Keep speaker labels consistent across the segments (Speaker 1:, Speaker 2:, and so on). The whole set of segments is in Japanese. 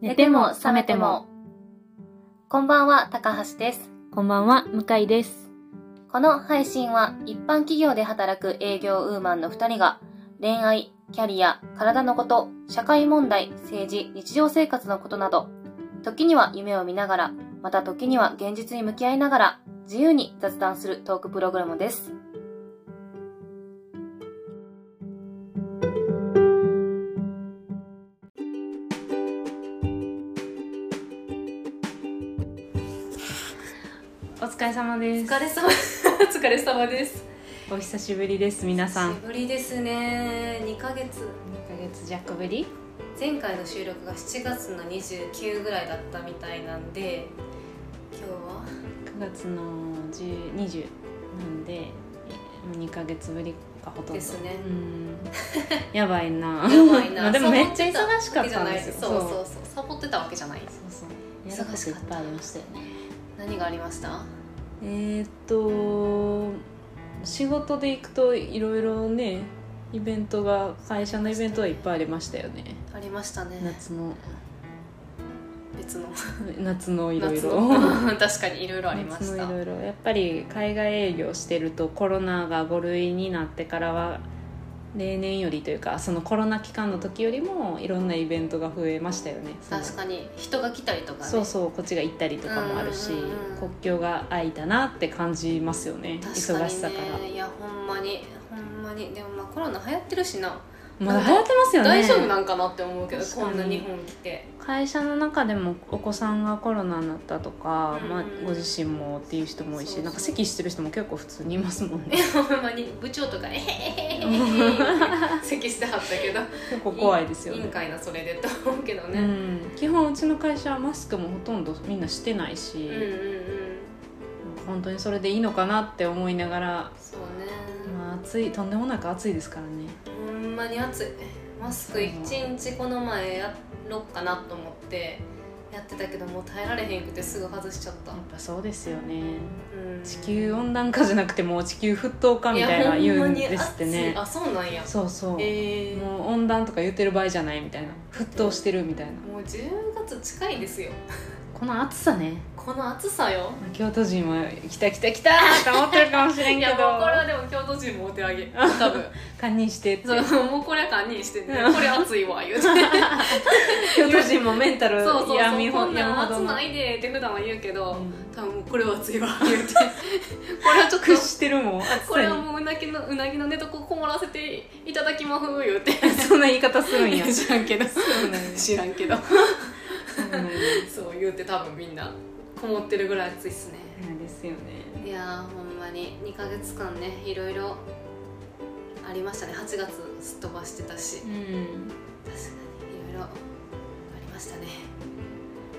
Speaker 1: 寝ても覚めても。こんばんは、高橋です。
Speaker 2: こんばんは、向井です。
Speaker 1: この配信は一般企業で働く営業ウーマンの2人が恋愛、キャリア、体のこと、社会問題、政治、日常生活のことなど、時には夢を見ながら、また時には現実に向き合いながら自由に雑談するトークプログラム です。
Speaker 2: お疲れ様です。
Speaker 1: れ様、お疲れ様です。
Speaker 2: お久しぶりです、皆さん。2
Speaker 1: ぶりですね。2ヶ月。
Speaker 2: ヶ月弱ぶり
Speaker 1: 前回の収録が7月の29ぐらいだったみたいなんで今日は
Speaker 2: ?9 月の10 20なんで、2ヶ月ぶりかほとんど。
Speaker 1: ですね
Speaker 2: うー ん。やばいな。
Speaker 1: やばいな
Speaker 2: まあでもめっちゃ忙しか
Speaker 1: サボって
Speaker 2: ったた
Speaker 1: わ
Speaker 2: んで
Speaker 1: けじゃない
Speaker 2: すよ。
Speaker 1: そうそう
Speaker 2: そう
Speaker 1: そうサボってたわけじゃない
Speaker 2: そう
Speaker 1: 忙しかった
Speaker 2: やることいっぱいありましたよね。
Speaker 1: 何がありました
Speaker 2: えーっと仕事で行くといろいろねイベントが会社のイベントはいっぱいありましたよね
Speaker 1: ありましたね
Speaker 2: 夏の
Speaker 1: 別の
Speaker 2: 夏のいろい
Speaker 1: 夏
Speaker 2: ろ
Speaker 1: の確かにいろいろありま
Speaker 2: 夏
Speaker 1: し
Speaker 2: の
Speaker 1: た
Speaker 2: いろいろやっぱり海外営業してるとコロナが5類になってからは例年よりというかそのコロナ期間の時よりもいろんなイベントが増えましたよねその
Speaker 1: 確かに人が来たりとかね
Speaker 2: そうそうこっちが行ったりとかもあるし
Speaker 1: うんうんうん
Speaker 2: 国境が空いたなって感じますよね
Speaker 1: 確か
Speaker 2: 忙し
Speaker 1: に
Speaker 2: さ
Speaker 1: ね
Speaker 2: から
Speaker 1: いやほんまにほんまにでもまあコロナ流行ってるしな、
Speaker 2: まだ流行ってますよね
Speaker 1: 大丈夫なんかなって思うけど
Speaker 2: 確か
Speaker 1: こ
Speaker 2: に
Speaker 1: んな日本来 て
Speaker 2: 会社の中でもお子さんがコロナになったとか、
Speaker 1: うん
Speaker 2: まあ、ご自身もっていう人も多いし
Speaker 1: そうそう
Speaker 2: なんか席してる人も結構普通にいますもんね
Speaker 1: ほんまに部長とか「えへへへへへ」 咳してはったけど
Speaker 2: 結構怖いですよ
Speaker 1: 委
Speaker 2: ね
Speaker 1: 員会なそれでと思うけど
Speaker 2: う
Speaker 1: ね、
Speaker 2: ん、基本うちの会社はマスクもほとんどみんなしてないし、
Speaker 1: うん、うんうん
Speaker 2: 本当にそれでいいのかなって思いながら、
Speaker 1: そうね、
Speaker 2: まあ、暑いとんでもなく暑いですからね
Speaker 1: ほんまに暑いマスク1日この前やろっかなと思ってやってたけどもう耐えられへんくてすぐ外しちゃった、
Speaker 2: やっぱそうですよね
Speaker 1: うん、
Speaker 2: 地球温暖化じゃなくてもう地球沸騰化みたいな言うんですって
Speaker 1: い
Speaker 2: ね
Speaker 1: やほんまに暑いあそうなんや
Speaker 2: そうそう、
Speaker 1: えー、
Speaker 2: も
Speaker 1: も
Speaker 2: う温暖とか言ってる場合じゃないみたいな沸騰してるみたいな
Speaker 1: う10月近いですよ
Speaker 2: この暑さね
Speaker 1: この暑さよ
Speaker 2: まあ京都人は来た来た来たーと思ってるかもしれん
Speaker 1: い
Speaker 2: け
Speaker 1: や
Speaker 2: ど
Speaker 1: もうこれはでも京都人もお手上げ 多分
Speaker 2: 堪忍してって
Speaker 1: そうもうこれは堪忍してねこれ暑いわ言うて
Speaker 2: 京都人もメンタル
Speaker 1: そうそうそう
Speaker 2: 闇
Speaker 1: こ
Speaker 2: ほ
Speaker 1: んなん
Speaker 2: 山ほ
Speaker 1: 暑
Speaker 2: どの
Speaker 1: ないでって普段は言うけど、
Speaker 2: うん
Speaker 1: 多分もうこれは暑いわ言うてこれはちょっと
Speaker 2: 屈してるもん暑
Speaker 1: これ
Speaker 2: さ
Speaker 1: は
Speaker 2: に
Speaker 1: もううなぎのうなぎの寝床こもらせていただきまふ言うて
Speaker 2: そんな言い方するんや
Speaker 1: 知らんけど
Speaker 2: そうなんや
Speaker 1: 知らんけど
Speaker 2: そうなんや
Speaker 1: そう言うて多分みんなこもってるぐらい暑いっすね
Speaker 2: なんですよね
Speaker 1: いやーほんまに2ヶ月間ねいろいろありましたね8月すっ飛ばしてたし
Speaker 2: うん
Speaker 1: 確かにいろいろありましたね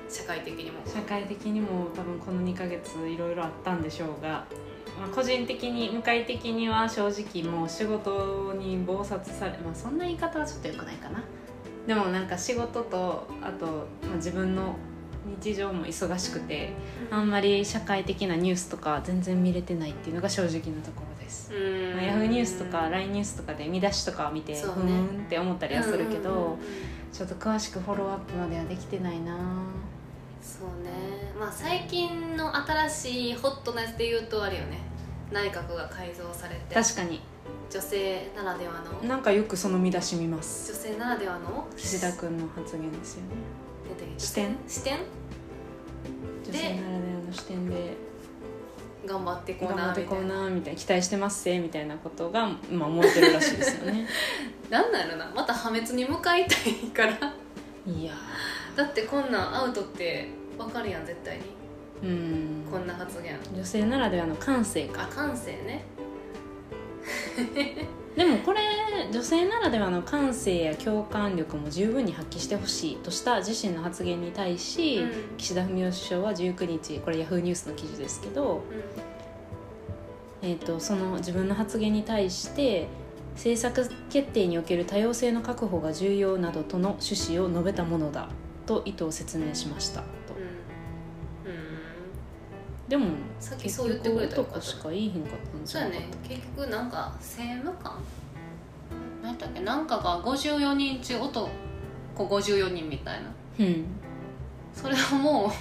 Speaker 1: 社会的にも
Speaker 2: 社会的にも多分この2ヶ月いろいろあったんでしょうが、まあ、個人的に向井的には正直もう仕事に忙殺され、まあ、そんな言い方はちょっとよくないかなでもなんか仕事とあと、まあ自分の日常も忙しくてあんまり社会的なニュースとか全然見れてないっていうのが正直なところです、
Speaker 1: うーん
Speaker 2: まあ、ヤフーニュースとか LINE ニュースとかで見出しとかを見てう,、
Speaker 1: そうね
Speaker 2: ーんって思ったりはするけど、
Speaker 1: うんうんうん
Speaker 2: ちょっと詳しくフォローアップまではできてないな
Speaker 1: そうねまあ最近の新しいホットなやつで言うとあれよね内閣が改造されて
Speaker 2: 確かに
Speaker 1: 女性ならではの女
Speaker 2: なんかよくその見出し見ます
Speaker 1: 性ならではの
Speaker 2: 岸田君の発言ですよね
Speaker 1: 出てきた
Speaker 2: 視点
Speaker 1: 視点
Speaker 2: 女性ならではの視点で
Speaker 1: 頑張ってこう
Speaker 2: 頑張っ
Speaker 1: なみた
Speaker 2: て
Speaker 1: い
Speaker 2: こう
Speaker 1: な
Speaker 2: なみたいな期待してますぜみたいなことが今思ってるらしいですよ ね
Speaker 1: なんなんやろなまた破滅に向かいたいから
Speaker 2: いや
Speaker 1: だってこんなんアウトってわかるやん絶対に
Speaker 2: ーうん
Speaker 1: こんな発言
Speaker 2: 女性ならではの感性
Speaker 1: あ
Speaker 2: か
Speaker 1: 感性ね
Speaker 2: でもこれ女性ならではの感性や共感力も十分に発揮してほしいとした自身の発言に対し、
Speaker 1: うん
Speaker 2: 岸田文雄首相は19日これヤフーニュースの記事ですけど、えー、とその自分の発言に対して政策決定における多様性の確保が重要などとの趣旨を述べたものだと意図を説明しましたと
Speaker 1: うんうんうん
Speaker 2: でも
Speaker 1: さっき
Speaker 2: 結
Speaker 1: そう言って
Speaker 2: 局
Speaker 1: くれたらよか
Speaker 2: 男
Speaker 1: った
Speaker 2: しか言いへんかったんじ
Speaker 1: そう
Speaker 2: ゃ
Speaker 1: や
Speaker 2: なかっ
Speaker 1: ね結局なんか政務官何やったっけなんかが54人中男54人みたいな
Speaker 2: たうん
Speaker 1: それはもう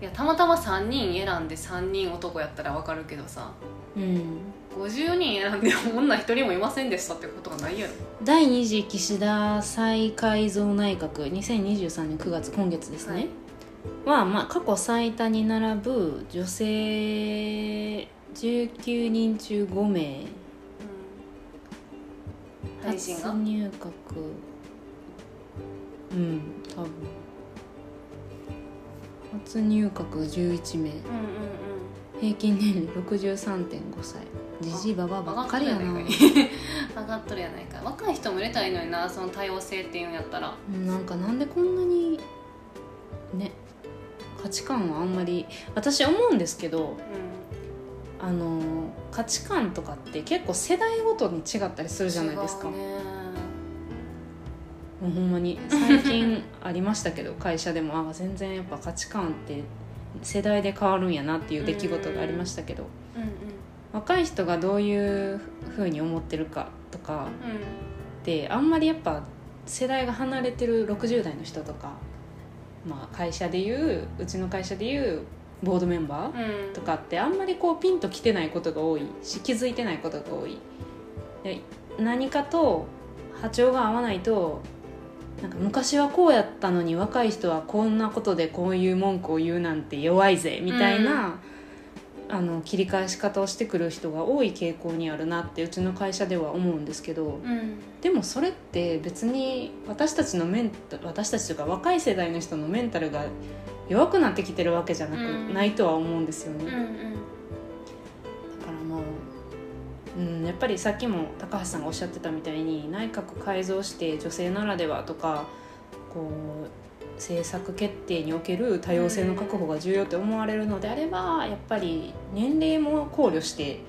Speaker 1: いやたまたま3人選んで3人男やったらわかるけどさ
Speaker 2: うん
Speaker 1: 50人選んで女1人もいませんでしたってことがないやろ
Speaker 2: 第2次岸田再改造内閣2023年9月今月ですね、はまあ、過去最多に並ぶ女性19人中5名
Speaker 1: うん大臣が
Speaker 2: 初入閣うん多分初入閣11名
Speaker 1: うんうん
Speaker 2: 平均年齢63.5歳じじばば
Speaker 1: うん
Speaker 2: ばっかりやな
Speaker 1: 上がっとるやないかい上がっとるやないか い若い人も入れたいのになその多様性っていうんやったら
Speaker 2: なんかなんでこんなにね価値観はあんまり私思うんですけど
Speaker 1: うん
Speaker 2: あの価値観とかって結構世代ごとに違ったりするじゃないですか、
Speaker 1: 違うね
Speaker 2: もうほんまに最近ありましたけど 会社でもあ全然やっぱ価値観って世代で変わるんやなっていう出来事がありましたけど
Speaker 1: うんうん
Speaker 2: 若い人がどういうふうに思ってるかとか
Speaker 1: うん
Speaker 2: ってあんまりやっぱ世代が離れてる60代の人とか、まあ、会社でいううちの会社でいうボードメンバー
Speaker 1: うん
Speaker 2: とかってあんまりこうピンときてないことが多いし気づいてないことが多いで何かと波長が合わないとなんか昔はこうやったのに若い人はこんなことでこういう文句を言うなんて弱いぜみたいな、あの切り返し方をしてくる人が多い傾向にあるなってうちの会社では思うんですけど
Speaker 1: うん
Speaker 2: でもそれって別に私たちのメンタ私たちというか若い世代の人のメンタルが弱くなってきてるわけじゃなく、
Speaker 1: うん
Speaker 2: ないとは思うんですよね。
Speaker 1: うんうん
Speaker 2: だからもう、うん、やっぱりさっきも高橋さんがおっしゃってたみたいに内閣改造して女性ならではとかこう政策決定における多様性の確保が重要って思われるのであればやっぱり年齢も考慮して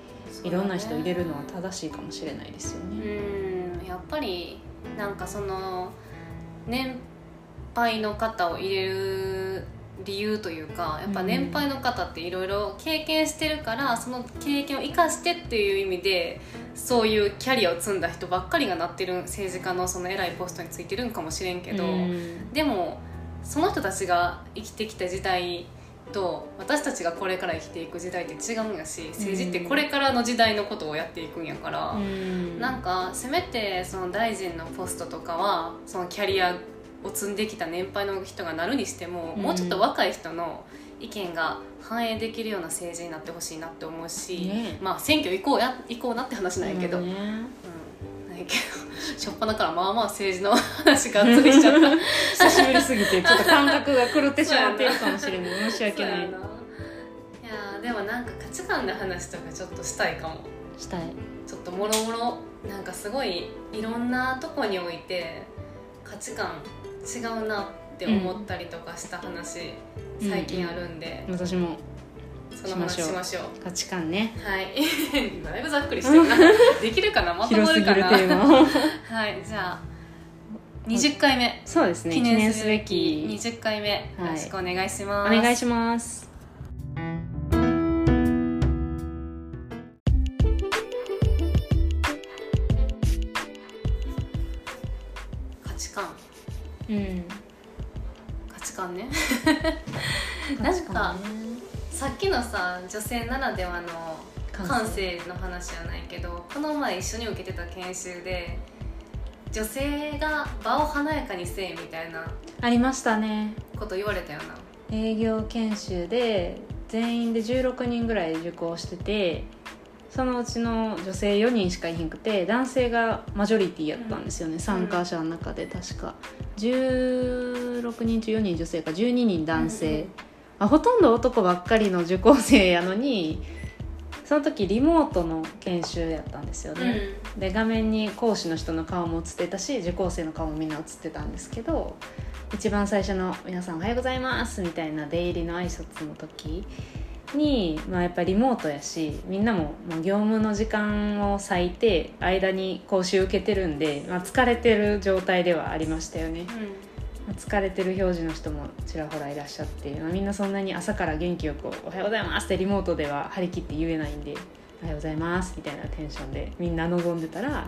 Speaker 2: いろんな人入れるのは正しいかもしれないですよ
Speaker 1: う
Speaker 2: ね。
Speaker 1: んやっぱりなんかその年配の方を入れる理由というかやっぱ年配の方っていろいろ経験してるからその経験を生かしてっていう意味でそういうキャリアを積んだ人ばっかりがなってる政治家のその偉いポストについてるんかもしれんけど、
Speaker 2: うん
Speaker 1: でもその人たちが生きてきた時代と私たちがこれから生きていく時代って違うんやし政治ってこれからの時代のことをやっていくんやから。
Speaker 2: うん
Speaker 1: なんかせめてその大臣のポストとかはそのキャリアを積んできた年配の人がなるにしても、
Speaker 2: うん
Speaker 1: もうちょっと若い人の意見が反映できるような政治になってほしいなって思うし、
Speaker 2: ね
Speaker 1: まあ選挙行こうや行こうなって話なんやけど、
Speaker 2: う
Speaker 1: うんん
Speaker 2: ね
Speaker 1: ないけど しょっぱなからまあまあ政治の話がっつりしちゃったそう
Speaker 2: 久しぶりすぎてちょっと感覚が狂ってしまっているかもしれない申し訳
Speaker 1: や
Speaker 2: な
Speaker 1: ないいやーでもなんか価値観の話とかちょっとしたいかも
Speaker 2: したい
Speaker 1: ちょっともろもろなんかすごいいろんなとこにおいて価値観違うなって思ったりとかした話、
Speaker 2: うん
Speaker 1: 最近あるんで、
Speaker 2: 私も
Speaker 1: その話しましょう
Speaker 2: 価値観ね
Speaker 1: はい だいぶざっくりし てるなできるかなまとま
Speaker 2: 広す
Speaker 1: る
Speaker 2: ぎ
Speaker 1: か
Speaker 2: るテ
Speaker 1: な
Speaker 2: ーマ
Speaker 1: はいじゃあ20回目
Speaker 2: そうですね記
Speaker 1: 記
Speaker 2: 念
Speaker 1: 念
Speaker 2: す
Speaker 1: す
Speaker 2: べ
Speaker 1: べ
Speaker 2: き
Speaker 1: き20回目、
Speaker 2: はい
Speaker 1: よろしくお願いし
Speaker 2: お
Speaker 1: ます
Speaker 2: 願いします
Speaker 1: 価値観
Speaker 2: うん
Speaker 1: 価値観ねなんかさっきのさ女性ならではの感性の話じゃないけどこの前一緒に受けてた研修で女性が場を華やかにせえみたいな
Speaker 2: ありましたね
Speaker 1: こと言われたよな
Speaker 2: 営業研修で全員で16人ぐらい受講しててそのうちの女性4人しかいへんくて男性がマジョリティやったんですよね、参加者の中で確か16人中4人女性か12人男性、
Speaker 1: うん
Speaker 2: あほとんど男ばっかりの受講生やのにその時リモートの研修やったんですよね、で画面に講師の人の顔も映ってたし受講生の顔もみんな映ってたんですけど一番最初の「皆さんおはようございます」みたいな出入りの挨拶の時に、まあ、やっぱリモートやしみんなもまあ業務の時間を割いて間に講習受けてるんで、まあ、疲れてる状態ではありましたよね。まあ疲れてる表示の人もちらほらいらっしゃって、まあみんなそんなに朝から元気よく「おはようございます」ってリモートでは張り切って言えないんで「おはようございます」みたいなテンションでみんな望んでたら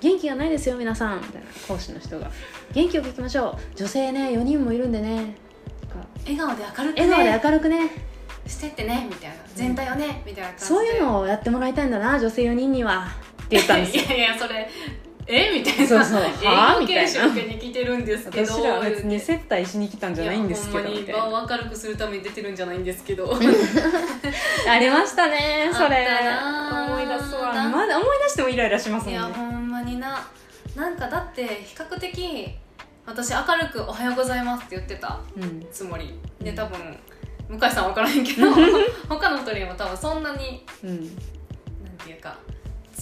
Speaker 2: 元気がないですよ皆さん」みたいな講師の人が「元気よくいきましょう女性ね4人もいるんでね」とか
Speaker 1: 笑顔で明
Speaker 2: 「
Speaker 1: るく
Speaker 2: 笑顔
Speaker 1: ね
Speaker 2: で明るくね
Speaker 1: してってねみたいな全体をねみたいな感じで
Speaker 2: そういうのをやってもらいたいんだな女性4人には」って言ったんですよ
Speaker 1: いやいやそれえみたいな
Speaker 2: そうそうはあ
Speaker 1: 英語研修
Speaker 2: み
Speaker 1: 受けに来てるんですけど
Speaker 2: 私らは別に
Speaker 1: 言うて
Speaker 2: 接待しに来たんじゃないんですけど
Speaker 1: いやほ
Speaker 2: み
Speaker 1: んま
Speaker 2: た
Speaker 1: に
Speaker 2: いな
Speaker 1: 場を明るくするために出てるんじゃないんですけど
Speaker 2: ありましたねそれ
Speaker 1: あったな
Speaker 2: 思い出すわ
Speaker 1: な
Speaker 2: まだ思い出してもイライラしますも
Speaker 1: い
Speaker 2: んね
Speaker 1: やほんまにななんかだって比較的私明るく「おはようございます」って言ってた
Speaker 2: うん
Speaker 1: つもり
Speaker 2: う
Speaker 1: で
Speaker 2: ん
Speaker 1: 多分向井さんは分からへんけ ど他の人にも多分そんなに
Speaker 2: うん
Speaker 1: なんていうか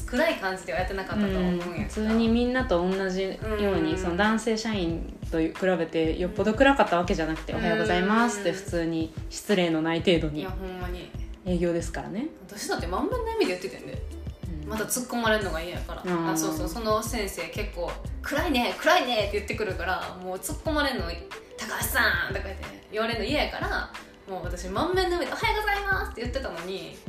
Speaker 1: 暗い感じではやってなかったと思うんやんか
Speaker 2: 普通にみんなと同じように、
Speaker 1: うん
Speaker 2: その男性社員と比べてよっぽど暗かったわけじゃなくて「
Speaker 1: うん
Speaker 2: おはようございます」って普通に失礼のない程度
Speaker 1: い
Speaker 2: に
Speaker 1: やほんまに
Speaker 2: 営業ですからね、
Speaker 1: 私だって満面の笑みで言っててんで
Speaker 2: うん
Speaker 1: また突っ込まれるのが嫌やから、
Speaker 2: うん
Speaker 1: あそうそうその先生結構「暗いね暗いね」って言ってくるからもう突っ込まれるの「高橋さん!」とか言って言われるの嫌やからもう私満面の上で「おはようございます!」って言ってたのに「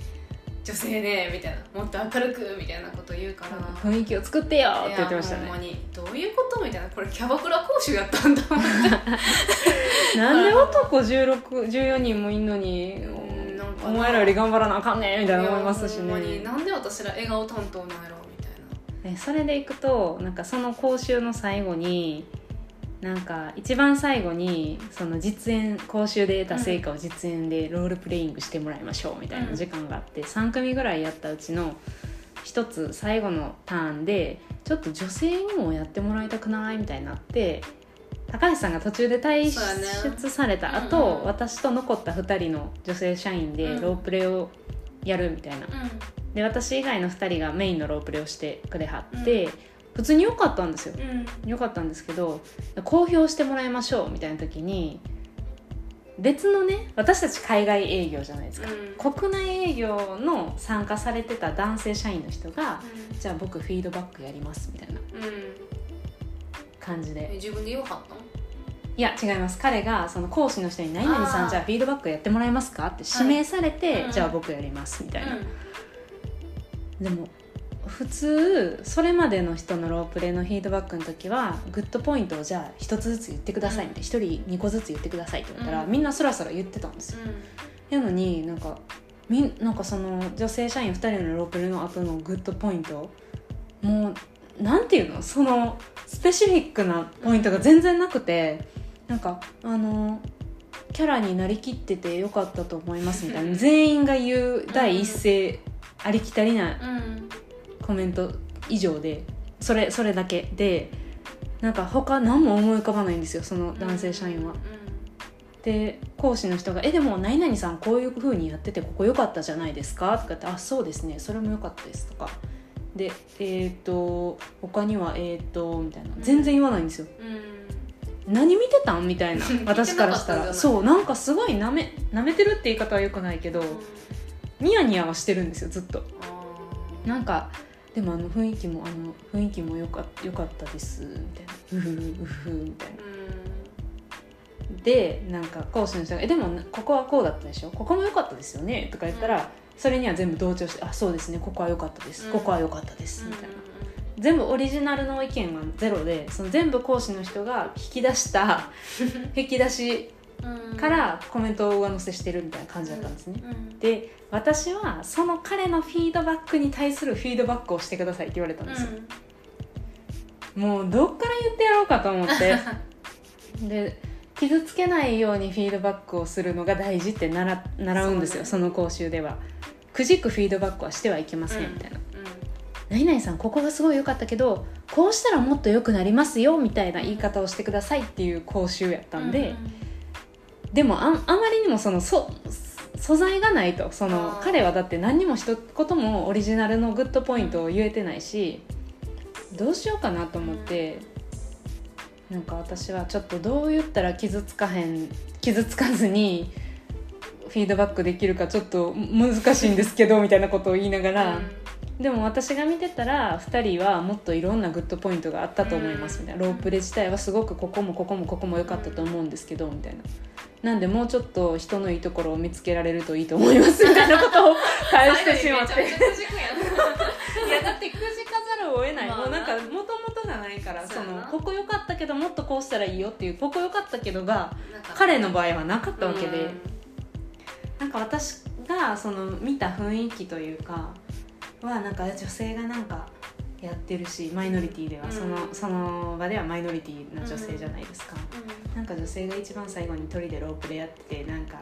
Speaker 1: 女性ね」みたいな「もっと明るく」みたいなこと言うから。
Speaker 2: 雰囲気を作ってよって
Speaker 1: いや
Speaker 2: 言ってましたね
Speaker 1: ほんまにどういうことみたいなこれキャバクラ講習やったんだ思って
Speaker 2: なんで男1614人もいんのに
Speaker 1: んなんか
Speaker 2: お前らより頑張らなあかんね みたいな思いますし
Speaker 1: いやほんまに
Speaker 2: ね
Speaker 1: なんで私ら笑顔担当なんやろみたいな
Speaker 2: ねそれでいくとなんかその講習の最後になんか一番最後にその実演講習で得た成果を実演でロールプレイングしてもらいましょうみたいな時間があって、3組ぐらいやったうちの一つ最後のターンでちょっと女性にもやってもらいたくないみたいになって高橋さんが途中で退
Speaker 1: そうやね
Speaker 2: 出された後、
Speaker 1: うんうん
Speaker 2: 私と残った2人の女性社員でロープレイをやるみたいなで私以外の2人がメインのロープレをしてくれはって、普通に良かったんですよ
Speaker 1: うんうん
Speaker 2: 良かったんですけど公表してもらいましょうみたいな時に別のね私たち海外営業じゃないですか、国内営業の参加されてた男性社員の人が「じゃあ僕フィードバックやります」みたいな
Speaker 1: うんうん
Speaker 2: 感じ
Speaker 1: え
Speaker 2: で
Speaker 1: 自分で言わはったの
Speaker 2: いや違います彼がその講師の人に「何々さ
Speaker 1: あ
Speaker 2: ん
Speaker 1: ー
Speaker 2: じゃあフィードバックやってもらえますか?」って指名されて「
Speaker 1: うん
Speaker 2: じゃあ僕やります」みたいな、
Speaker 1: う
Speaker 2: でも普通それまでの人のロープレイのフィードバックの時はグッドポイントをじゃあ一つずつ言ってくださいみたいな一、人二個ずつ言ってくださいって言われたら、
Speaker 1: うん
Speaker 2: みんなそらそら言ってたんですよ。
Speaker 1: んうん
Speaker 2: なのになんかみんなんかその女性社員2人のロープレイの後のグッドポイントもうなんていうのそのスペシフィックなポイントが全然なくてなんかあのキャラになりきっててよかったと思いますみたいな全員が言う第一声ありきたりな
Speaker 1: うん
Speaker 2: コメント以上でそれそれだけでなんか他何も思い浮かばないんですよその男性社員は。で講師の人が「えでも何々さんこういう風にやっててここ良かったじゃないですか?」とか言って「あそうですねそれも良かったです」とか。でえっ、と他にはえっ、とみたいな全然言わないんですよ、
Speaker 1: うんうん
Speaker 2: 何見てたんみたい な
Speaker 1: 聞いてなかったん
Speaker 2: 私
Speaker 1: じゃな
Speaker 2: か
Speaker 1: い
Speaker 2: らしたらそうなんかすごいなめなめてるって言い方はよくないけどニヤニヤはしてるんですよずっと
Speaker 1: あー
Speaker 2: なんかでもあの雰囲気もあの雰囲気もよかよかったですみたいなうふふうふふみたいな
Speaker 1: う
Speaker 2: でなんか講師の人が「えでもなここはこうだったでしょここも良かったですよね」とか言ったら、
Speaker 1: うん
Speaker 2: それには全部同調して「あそうですねここは良かったです、
Speaker 1: うん
Speaker 2: ここは良かったです」
Speaker 1: ん
Speaker 2: みたいな、全部オリジナルの意見はゼロでその全部講師の人が引き出した 引き出し
Speaker 1: うん
Speaker 2: からコメントを上乗せしてるみたいな感じだったんですね、
Speaker 1: うん
Speaker 2: で私はその彼のフィードバックに対するフィードバックをしてくださいって言われたんですよ、もうどっから言ってやろうかと思って で傷つけないようにフィードバックをするのが大事って習習うんですよそ,、
Speaker 1: そうね
Speaker 2: の講習ではくじくフィードバックはしてはいけません、みたいな
Speaker 1: うんうん
Speaker 2: 「何々さんここがすごい良かったけどこうしたらもっと良くなりますよ」みたいな言い方をしてくださいっていう講習やったんで、でもあんあまりにもそのそ素材がないとその
Speaker 1: あー
Speaker 2: 彼はだって何にも一言もオリジナルのグッドポイントを言えてないしどうしようかなと思って、なんか私はちょっとどう言ったら傷つかへん傷つかずにフィードバックできるかちょっと難しいんですけどみたいなことを言いながら、でも私が見てたら2人はもっといろんなグッドポイントがあったと思いますみたいなロープレ自体はすごくここもここもここも良かったと思うんですけどみたいななんでもうちょっと人のいいところを見つけられるといいと思いますみたいなことを返してしまって
Speaker 1: 最後にめちゃめちゃくじくやん
Speaker 2: いやだってくじかざるを得えない、
Speaker 1: まあな
Speaker 2: もうなんかもともとがないから
Speaker 1: そ
Speaker 2: そう
Speaker 1: やな
Speaker 2: のここ良かったけどもっとこうしたらいいよっていうここ良かったけどが
Speaker 1: なんか
Speaker 2: 彼の場合はなかったわけで、
Speaker 1: うん
Speaker 2: なんか私がその見た雰囲気というかはなんか女性がなんかやってるしマイノリティではその,、
Speaker 1: うん
Speaker 2: その場ではマイノリティな女性じゃないですか、なんか女性が一番最後に一人でロープでやっててなんか、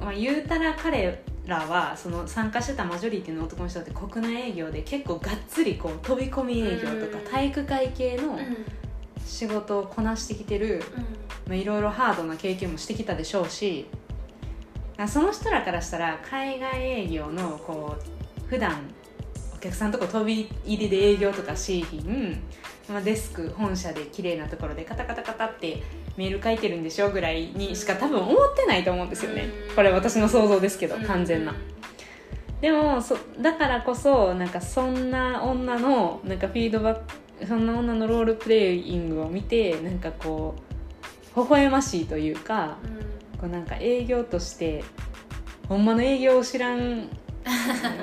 Speaker 2: まあ、言うたら彼らはその参加してたマジョリティの男の人って国内営業で結構がっつりこう飛び込み営業とか
Speaker 1: うん
Speaker 2: 体育会系の
Speaker 1: うんうん
Speaker 2: 仕事をこなしてきてるまあいろいろハードな経験もしてきたでしょうしまあその人らからしたら海外営業のこう普段お客さんとこ飛び入りで営業とかしいひん、まあ、デスク本社で綺麗なところでカタカタカタってメール書いてるんでしょぐらいにしか多分思ってないと思うんですよね
Speaker 1: うん
Speaker 2: これ私の想像ですけど
Speaker 1: うん
Speaker 2: 完全なでもそだからこそなんかそんな女のなんかフィードバックそんな女のロールプレイングを見てなんかこう微笑ましいというか
Speaker 1: うん
Speaker 2: こうなんか営業としてほんまの営業を知らん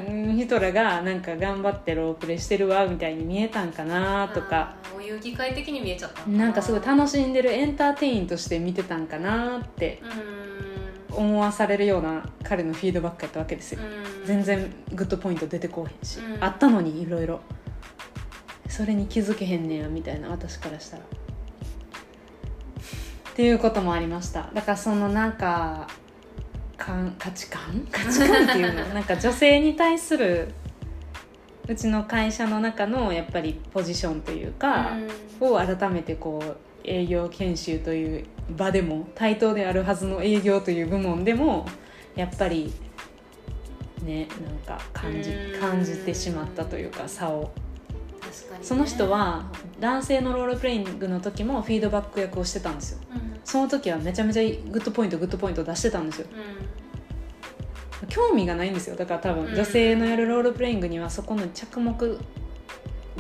Speaker 2: うん人らがなんか頑張ってロープレしてるわみたいに見えたんかなとか
Speaker 1: あーお遊戯会的に見えちゃった
Speaker 2: なんかすごい
Speaker 1: し
Speaker 2: 楽しんでるエンターテインとして見てたんかなって
Speaker 1: うー
Speaker 2: 思わされるような彼のフィードバックやったわけですよ。
Speaker 1: んうん
Speaker 2: 全然グッドポイント出てこうへんし、
Speaker 1: うん
Speaker 2: あったのにいろいろそれに気づけへんねやみたいな私からしたらっていうこともありましただからそのなんかかん価値 観価値観っていうのなんか女性に対するうちの会社の中のやっぱりポジションというか、
Speaker 1: うん
Speaker 2: を改めてこう営業研修という場でも対等であるはずの営業という部門でもやっぱりねなんか感じ
Speaker 1: うん
Speaker 2: 感じてしまったというか差を
Speaker 1: 確かにね
Speaker 2: その人は男性のロールプレイングの時もフィードバック役をしてたんですよ
Speaker 1: うんうん
Speaker 2: その時はめちゃめちゃグッドポイントグッドポイント出してたんですよ興味がないんですよだから多
Speaker 1: う
Speaker 2: 分
Speaker 1: ん
Speaker 2: 女性のやるロールプレイングにはそこの着目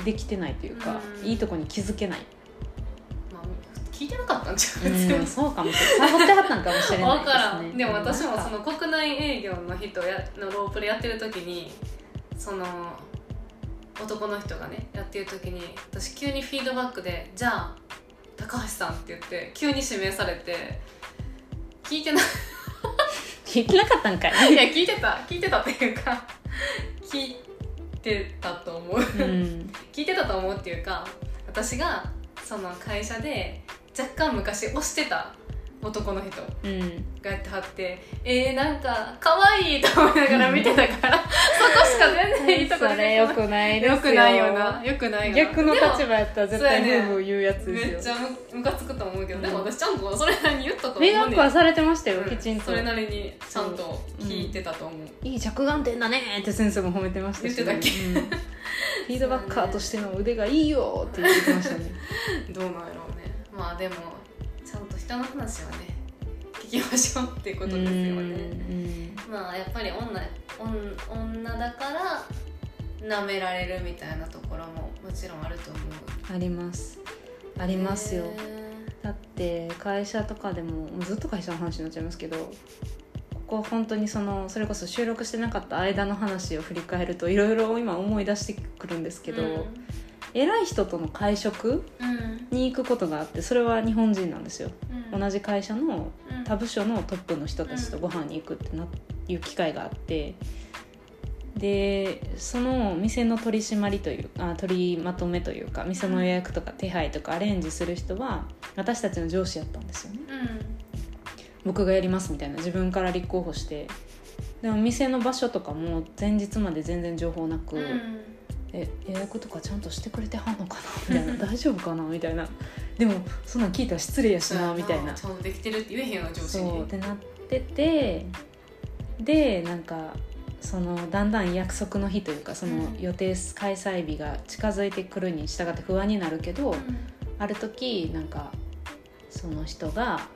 Speaker 2: できてないというか
Speaker 1: うん
Speaker 2: いいとこに気づけない
Speaker 1: まあ聞いてなかったんじゃない
Speaker 2: うん、そうかもしれない。サボってはったんかもしれない
Speaker 1: わ
Speaker 2: で
Speaker 1: から
Speaker 2: す
Speaker 1: ん
Speaker 2: ね。
Speaker 1: でも私もそ
Speaker 2: の
Speaker 1: の国内営業の人やのロープレやってる時にその男の人がねやってる時に私急にフィードバックで「じゃあ高橋さん」って言って急に指名されて聞いてない
Speaker 2: 聞きなかったんかい。
Speaker 1: いや聞いてた聞いてたっていうか 聞いてたと 思う
Speaker 2: うん、
Speaker 1: 聞いてたと思うっていうか私がその会社で若干昔推してた男の人
Speaker 2: うん、
Speaker 1: がやってはってえー、なんか可愛いと思いながら見てた からそこしか全然いいとこ
Speaker 2: それ
Speaker 1: 出
Speaker 2: 良
Speaker 1: てこ
Speaker 2: くない
Speaker 1: な
Speaker 2: で
Speaker 1: い
Speaker 2: すよ。
Speaker 1: よくないよな。よくないよな
Speaker 2: 逆の立場やったら絶対
Speaker 1: で
Speaker 2: 夫
Speaker 1: も
Speaker 2: 婦言うやつ
Speaker 1: でもめっ
Speaker 2: で
Speaker 1: ち
Speaker 2: すよ。
Speaker 1: ゃむむかつくと思うけど、
Speaker 2: うん
Speaker 1: でも私ちゃんとそれなりに言ったと思う
Speaker 2: 迷
Speaker 1: ねん
Speaker 2: 惑はされてましたよ、
Speaker 1: うん
Speaker 2: きちんと
Speaker 1: そ。れなりにちゃんと聞いてたと思う、
Speaker 2: いい着眼点だねって先生も褒めてましたし、
Speaker 1: 言ってたっけ
Speaker 2: うんフィードバッカーとしての腕がいいよって言ってま したね。
Speaker 1: どうなんやろうねまあでもちゃんと人の話はね聞きましょうっていうことですよね
Speaker 2: うん
Speaker 1: まあやっぱり女女女だからなめられるみたいなところももちろんあると思う
Speaker 2: あります。ありますよ。
Speaker 1: へ
Speaker 2: だって会社とかでももうずっと会社の話になっちゃいますけどここ本当にそのそれこそ収録してなかった間の話を振り返るといろいろ今思い出してくるんです
Speaker 1: ー
Speaker 2: けど、
Speaker 1: うん
Speaker 2: 偉い人との会食
Speaker 1: うん
Speaker 2: に行くことがあってそれは日本人なんですよ、
Speaker 1: うん
Speaker 2: 同じ会社の
Speaker 1: うん
Speaker 2: 他部署のトップの人たちとご飯に行くってないう機会があってでその店の取り締まりというあ取りまとめというか店の予約とか手配とかアレンジする人は私たちの上司やったんですよね
Speaker 1: うん
Speaker 2: 僕がやりますみたいな自分から立候補してでも店の場所とかも前日まで全然情報なく、
Speaker 1: うん
Speaker 2: え予約とかちゃんとしてくれてはんのかなみたい な大丈夫かなみたいなでもそんなん聞いたら失礼やしなみたいな
Speaker 1: ちゃんとできてるって言えへんよな上司
Speaker 2: そうっ
Speaker 1: に
Speaker 2: てなっててでなんかそのだんだん約束の日というかその
Speaker 1: うん
Speaker 2: 予定開催日が近づいてくるに従って不安になるけど、
Speaker 1: うん
Speaker 2: ある時なんかその人が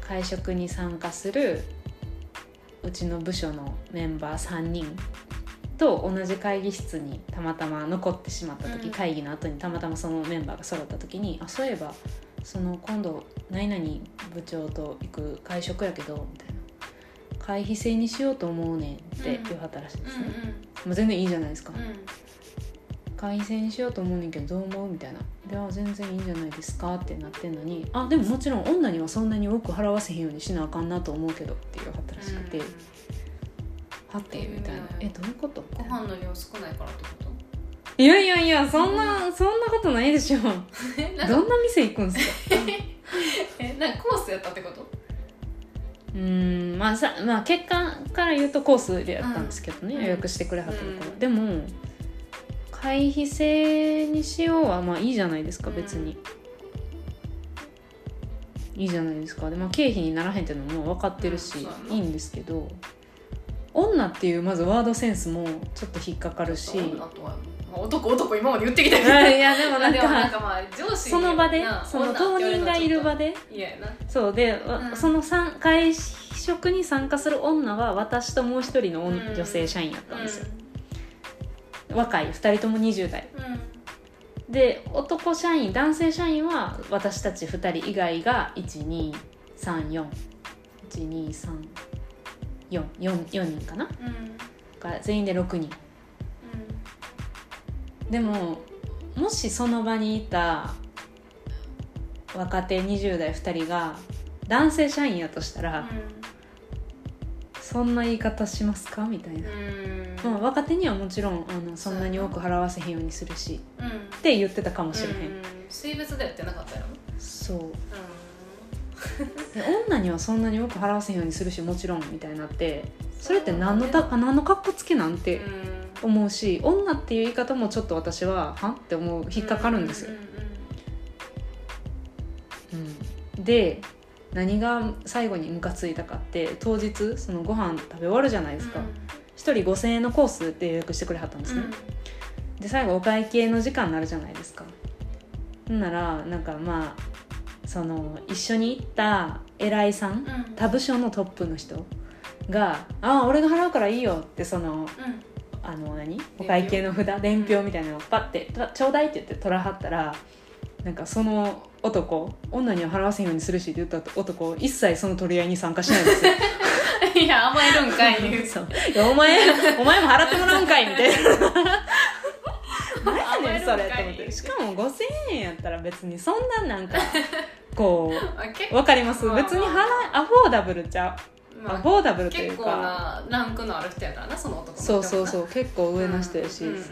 Speaker 2: 会食に参加するうちの部署のメンバー3人と同じ会議室にたまたま残ってしまった時、
Speaker 1: うん
Speaker 2: 会議の後にたまたまそのメンバーが揃った時に「あそういえばその今度何々部長と行く会食やけど」みたいな「会費制にしようと思うねん」って言わはったらしいんですね、もう全然いいじゃないですか、
Speaker 1: うんうん
Speaker 2: 改善しようと思うねんけどどう思うみたいな「いや全然いいんじゃないですか」ってなってんのに「あでももちろん女にはそんなに多く払わせへんようにしなあかんなと思うけど」って言わはったらしくて「はって」みたいな「
Speaker 1: え
Speaker 2: えどういうこと?」み
Speaker 1: ご
Speaker 2: たいな
Speaker 1: 飯の量少ないからってこと
Speaker 2: いやいやいやそんなそんなことないでしょ」
Speaker 1: えなんか
Speaker 2: どんな店行くんすか
Speaker 1: えなんかコースやったってこと
Speaker 2: うーんまあさ、まあ、結果から言うとコースでやったんですけどね、
Speaker 1: うん
Speaker 2: 予約してくれはったところ、
Speaker 1: うん
Speaker 2: でも会費制にしようはまあいいじゃないですか別に、いいじゃないですかで、まあ、経費にならへんっていうのも分かってるし、
Speaker 1: うんそうやない
Speaker 2: いんですけど女っていうまずワードセンスもちょっと引っかかるしい
Speaker 1: あとはまあ男男今まで言ってきたけど
Speaker 2: やでも
Speaker 1: ま
Speaker 2: な
Speaker 1: あ
Speaker 2: ん
Speaker 1: でもなん
Speaker 2: か
Speaker 1: かまあ上司
Speaker 2: そ
Speaker 1: に
Speaker 2: の場で
Speaker 1: な
Speaker 2: その
Speaker 1: 女っ
Speaker 2: 当
Speaker 1: て言われ
Speaker 2: 人
Speaker 1: のは
Speaker 2: が
Speaker 1: ちょっと
Speaker 2: いる場で
Speaker 1: 嫌やな
Speaker 2: そうで、
Speaker 1: うん
Speaker 2: その参会食に参加する女は私ともう一人の女,、
Speaker 1: うん
Speaker 2: 性社員やったんですよ、若い2人とも20代
Speaker 1: うんうん
Speaker 2: で男社員男性社員は私たち2人以外が123412344人かな
Speaker 1: うんうん
Speaker 2: が全員で6人でももしその場にいた若手20代2人が男性社員やとしたら、そんな言い方しますかみたいな、
Speaker 1: うん
Speaker 2: まあ、若手にはもちろんあのそんなに多く払わせへんようにするしっ
Speaker 1: うん
Speaker 2: て言ってたかもしれへん、
Speaker 1: うん性別でやってなかったやろ
Speaker 2: そう
Speaker 1: う
Speaker 2: で女にはそんなに多く払わせへんようにするしもちろんみたいになってそれって何のた何の格好つけなんて
Speaker 1: ん
Speaker 2: 思うし女っていう言い方もちょっと私ははんって思う引っかかるんですよ、うんで何が最後にムカついたかって当日そのご飯食べ終わるじゃないですか、一1人5000円のコースで予約してくれはったんですね、で最後お会計の時間になるじゃないですかほんならなんかまあその一緒に行った偉いさん他部署のトップの人が「ああ俺が払うからいいよ」ってそのあの何お会計の札伝票みたいなのをパッて「ちょうだい」って言って取らはったらなんかその男女には払わせんようにするしって言った男一切その取り合いに参加しないんですよ。
Speaker 1: うんいや甘えるんかい
Speaker 2: そういやお前お前も払ってもらうんかいみたいな。 何やねんそれって思ってしかも5,000円やったら別にそんななん かこう
Speaker 1: あ結構
Speaker 2: わかります
Speaker 1: まあまあ
Speaker 2: 別に払いアフォーダブルじゃア
Speaker 1: ま
Speaker 2: フ
Speaker 1: あ
Speaker 2: ォーダブルという
Speaker 1: 結
Speaker 2: か
Speaker 1: 構なランクのある人やからなその男の人
Speaker 2: そ
Speaker 1: も
Speaker 2: う
Speaker 1: な
Speaker 2: そうそう結構上の人やし、
Speaker 1: うんうんうん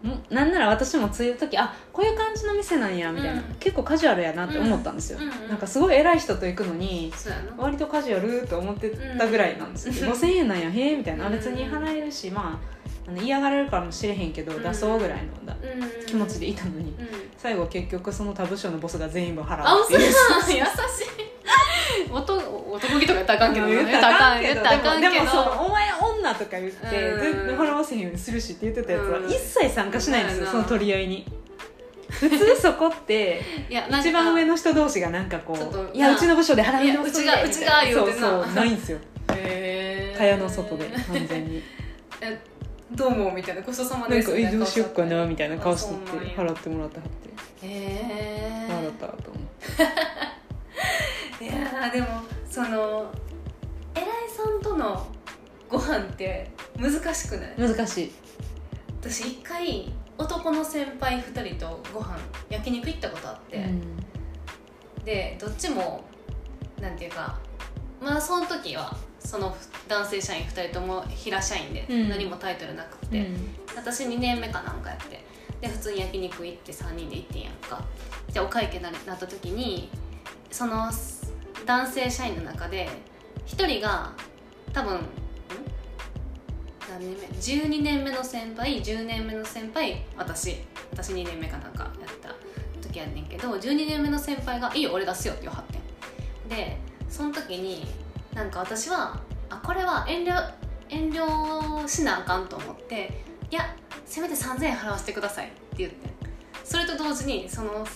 Speaker 2: もうなんなら私もついた時あこういう感じの店なんやみたいな、
Speaker 1: うん
Speaker 2: 結構カジュアルやなって思ったんですよ、
Speaker 1: うんうんうん
Speaker 2: なんかすごい偉い人と行くのに
Speaker 1: そうやな
Speaker 2: 割とカジュアルと思ってたぐらいなんですよ、
Speaker 1: うん
Speaker 2: 5000円なんやへえみたいな、あ
Speaker 1: うん
Speaker 2: 別に払えるしまああの嫌がられるかもしれへんけど
Speaker 1: うん
Speaker 2: 出そうぐらいのだ
Speaker 1: うんうん
Speaker 2: 気持ちでいたのに、
Speaker 1: うん
Speaker 2: 最後結局その他部署のボスが全員分払
Speaker 1: あ
Speaker 2: うっ
Speaker 1: お
Speaker 2: ていう
Speaker 1: そうなん優しい男男気とか言ったらあかんけどね
Speaker 2: 言った
Speaker 1: 言ったら
Speaker 2: ら
Speaker 1: あ
Speaker 2: あ
Speaker 1: か
Speaker 2: かん
Speaker 1: ん
Speaker 2: け
Speaker 1: 言
Speaker 2: どでもで
Speaker 1: ったらあかんけど
Speaker 2: もそのお前女とか言って
Speaker 1: うん
Speaker 2: 全然払わせへんようにするしって言ってたやつは
Speaker 1: うん
Speaker 2: 一切参加しないんですよ
Speaker 1: うん
Speaker 2: その取り合いに普通そこって
Speaker 1: いや なんか
Speaker 2: 一番上の人同士がなんかこ
Speaker 1: ちょっと
Speaker 2: ういや
Speaker 1: な
Speaker 2: うちの部署で払
Speaker 1: い
Speaker 2: い
Speaker 1: や
Speaker 2: 直
Speaker 1: う
Speaker 2: す
Speaker 1: ち
Speaker 2: ん
Speaker 1: が
Speaker 2: で
Speaker 1: うちが
Speaker 2: みたいな
Speaker 1: 言うてな
Speaker 2: そうそうないんですよ
Speaker 1: へー
Speaker 2: 蚊帳の外で完全 に
Speaker 1: えどうもみたいなごちそうさま
Speaker 2: な
Speaker 1: で
Speaker 2: ん
Speaker 1: す
Speaker 2: か「
Speaker 1: み
Speaker 2: え
Speaker 1: たい
Speaker 2: ど
Speaker 1: な
Speaker 2: う
Speaker 1: 顔
Speaker 2: しよっかな」
Speaker 1: し
Speaker 2: みたいな顔して
Speaker 1: あそうなん
Speaker 2: て
Speaker 1: や
Speaker 2: 払ってもらってはって
Speaker 1: てへえ
Speaker 2: 笑ったと思って
Speaker 1: いやーでもその偉いさんとのご飯って難しくない
Speaker 2: 難しい
Speaker 1: 私一回男の先輩2人とご飯焼肉行ったことあって、
Speaker 2: うん
Speaker 1: でどっちもなんていうかまあその時はその男性社員2人とも平社員で、
Speaker 2: うん
Speaker 1: 何もタイトルなくて、私2年目かなんかやってで普通に焼肉行って3人で行ってんやんかじゃあお会計ななった時にそのす男性社員の中で1人が多分ん何年目12年目の先輩10年目の先輩私私2年目かなんかやった時やんねんけど12年目の先輩が「いいよ俺出すよ」って言わはってんでその時になんか私はあこれは遠慮遠慮しなあかんと思っていやせめて3000円払わせてくださいって言ってそれと同時にその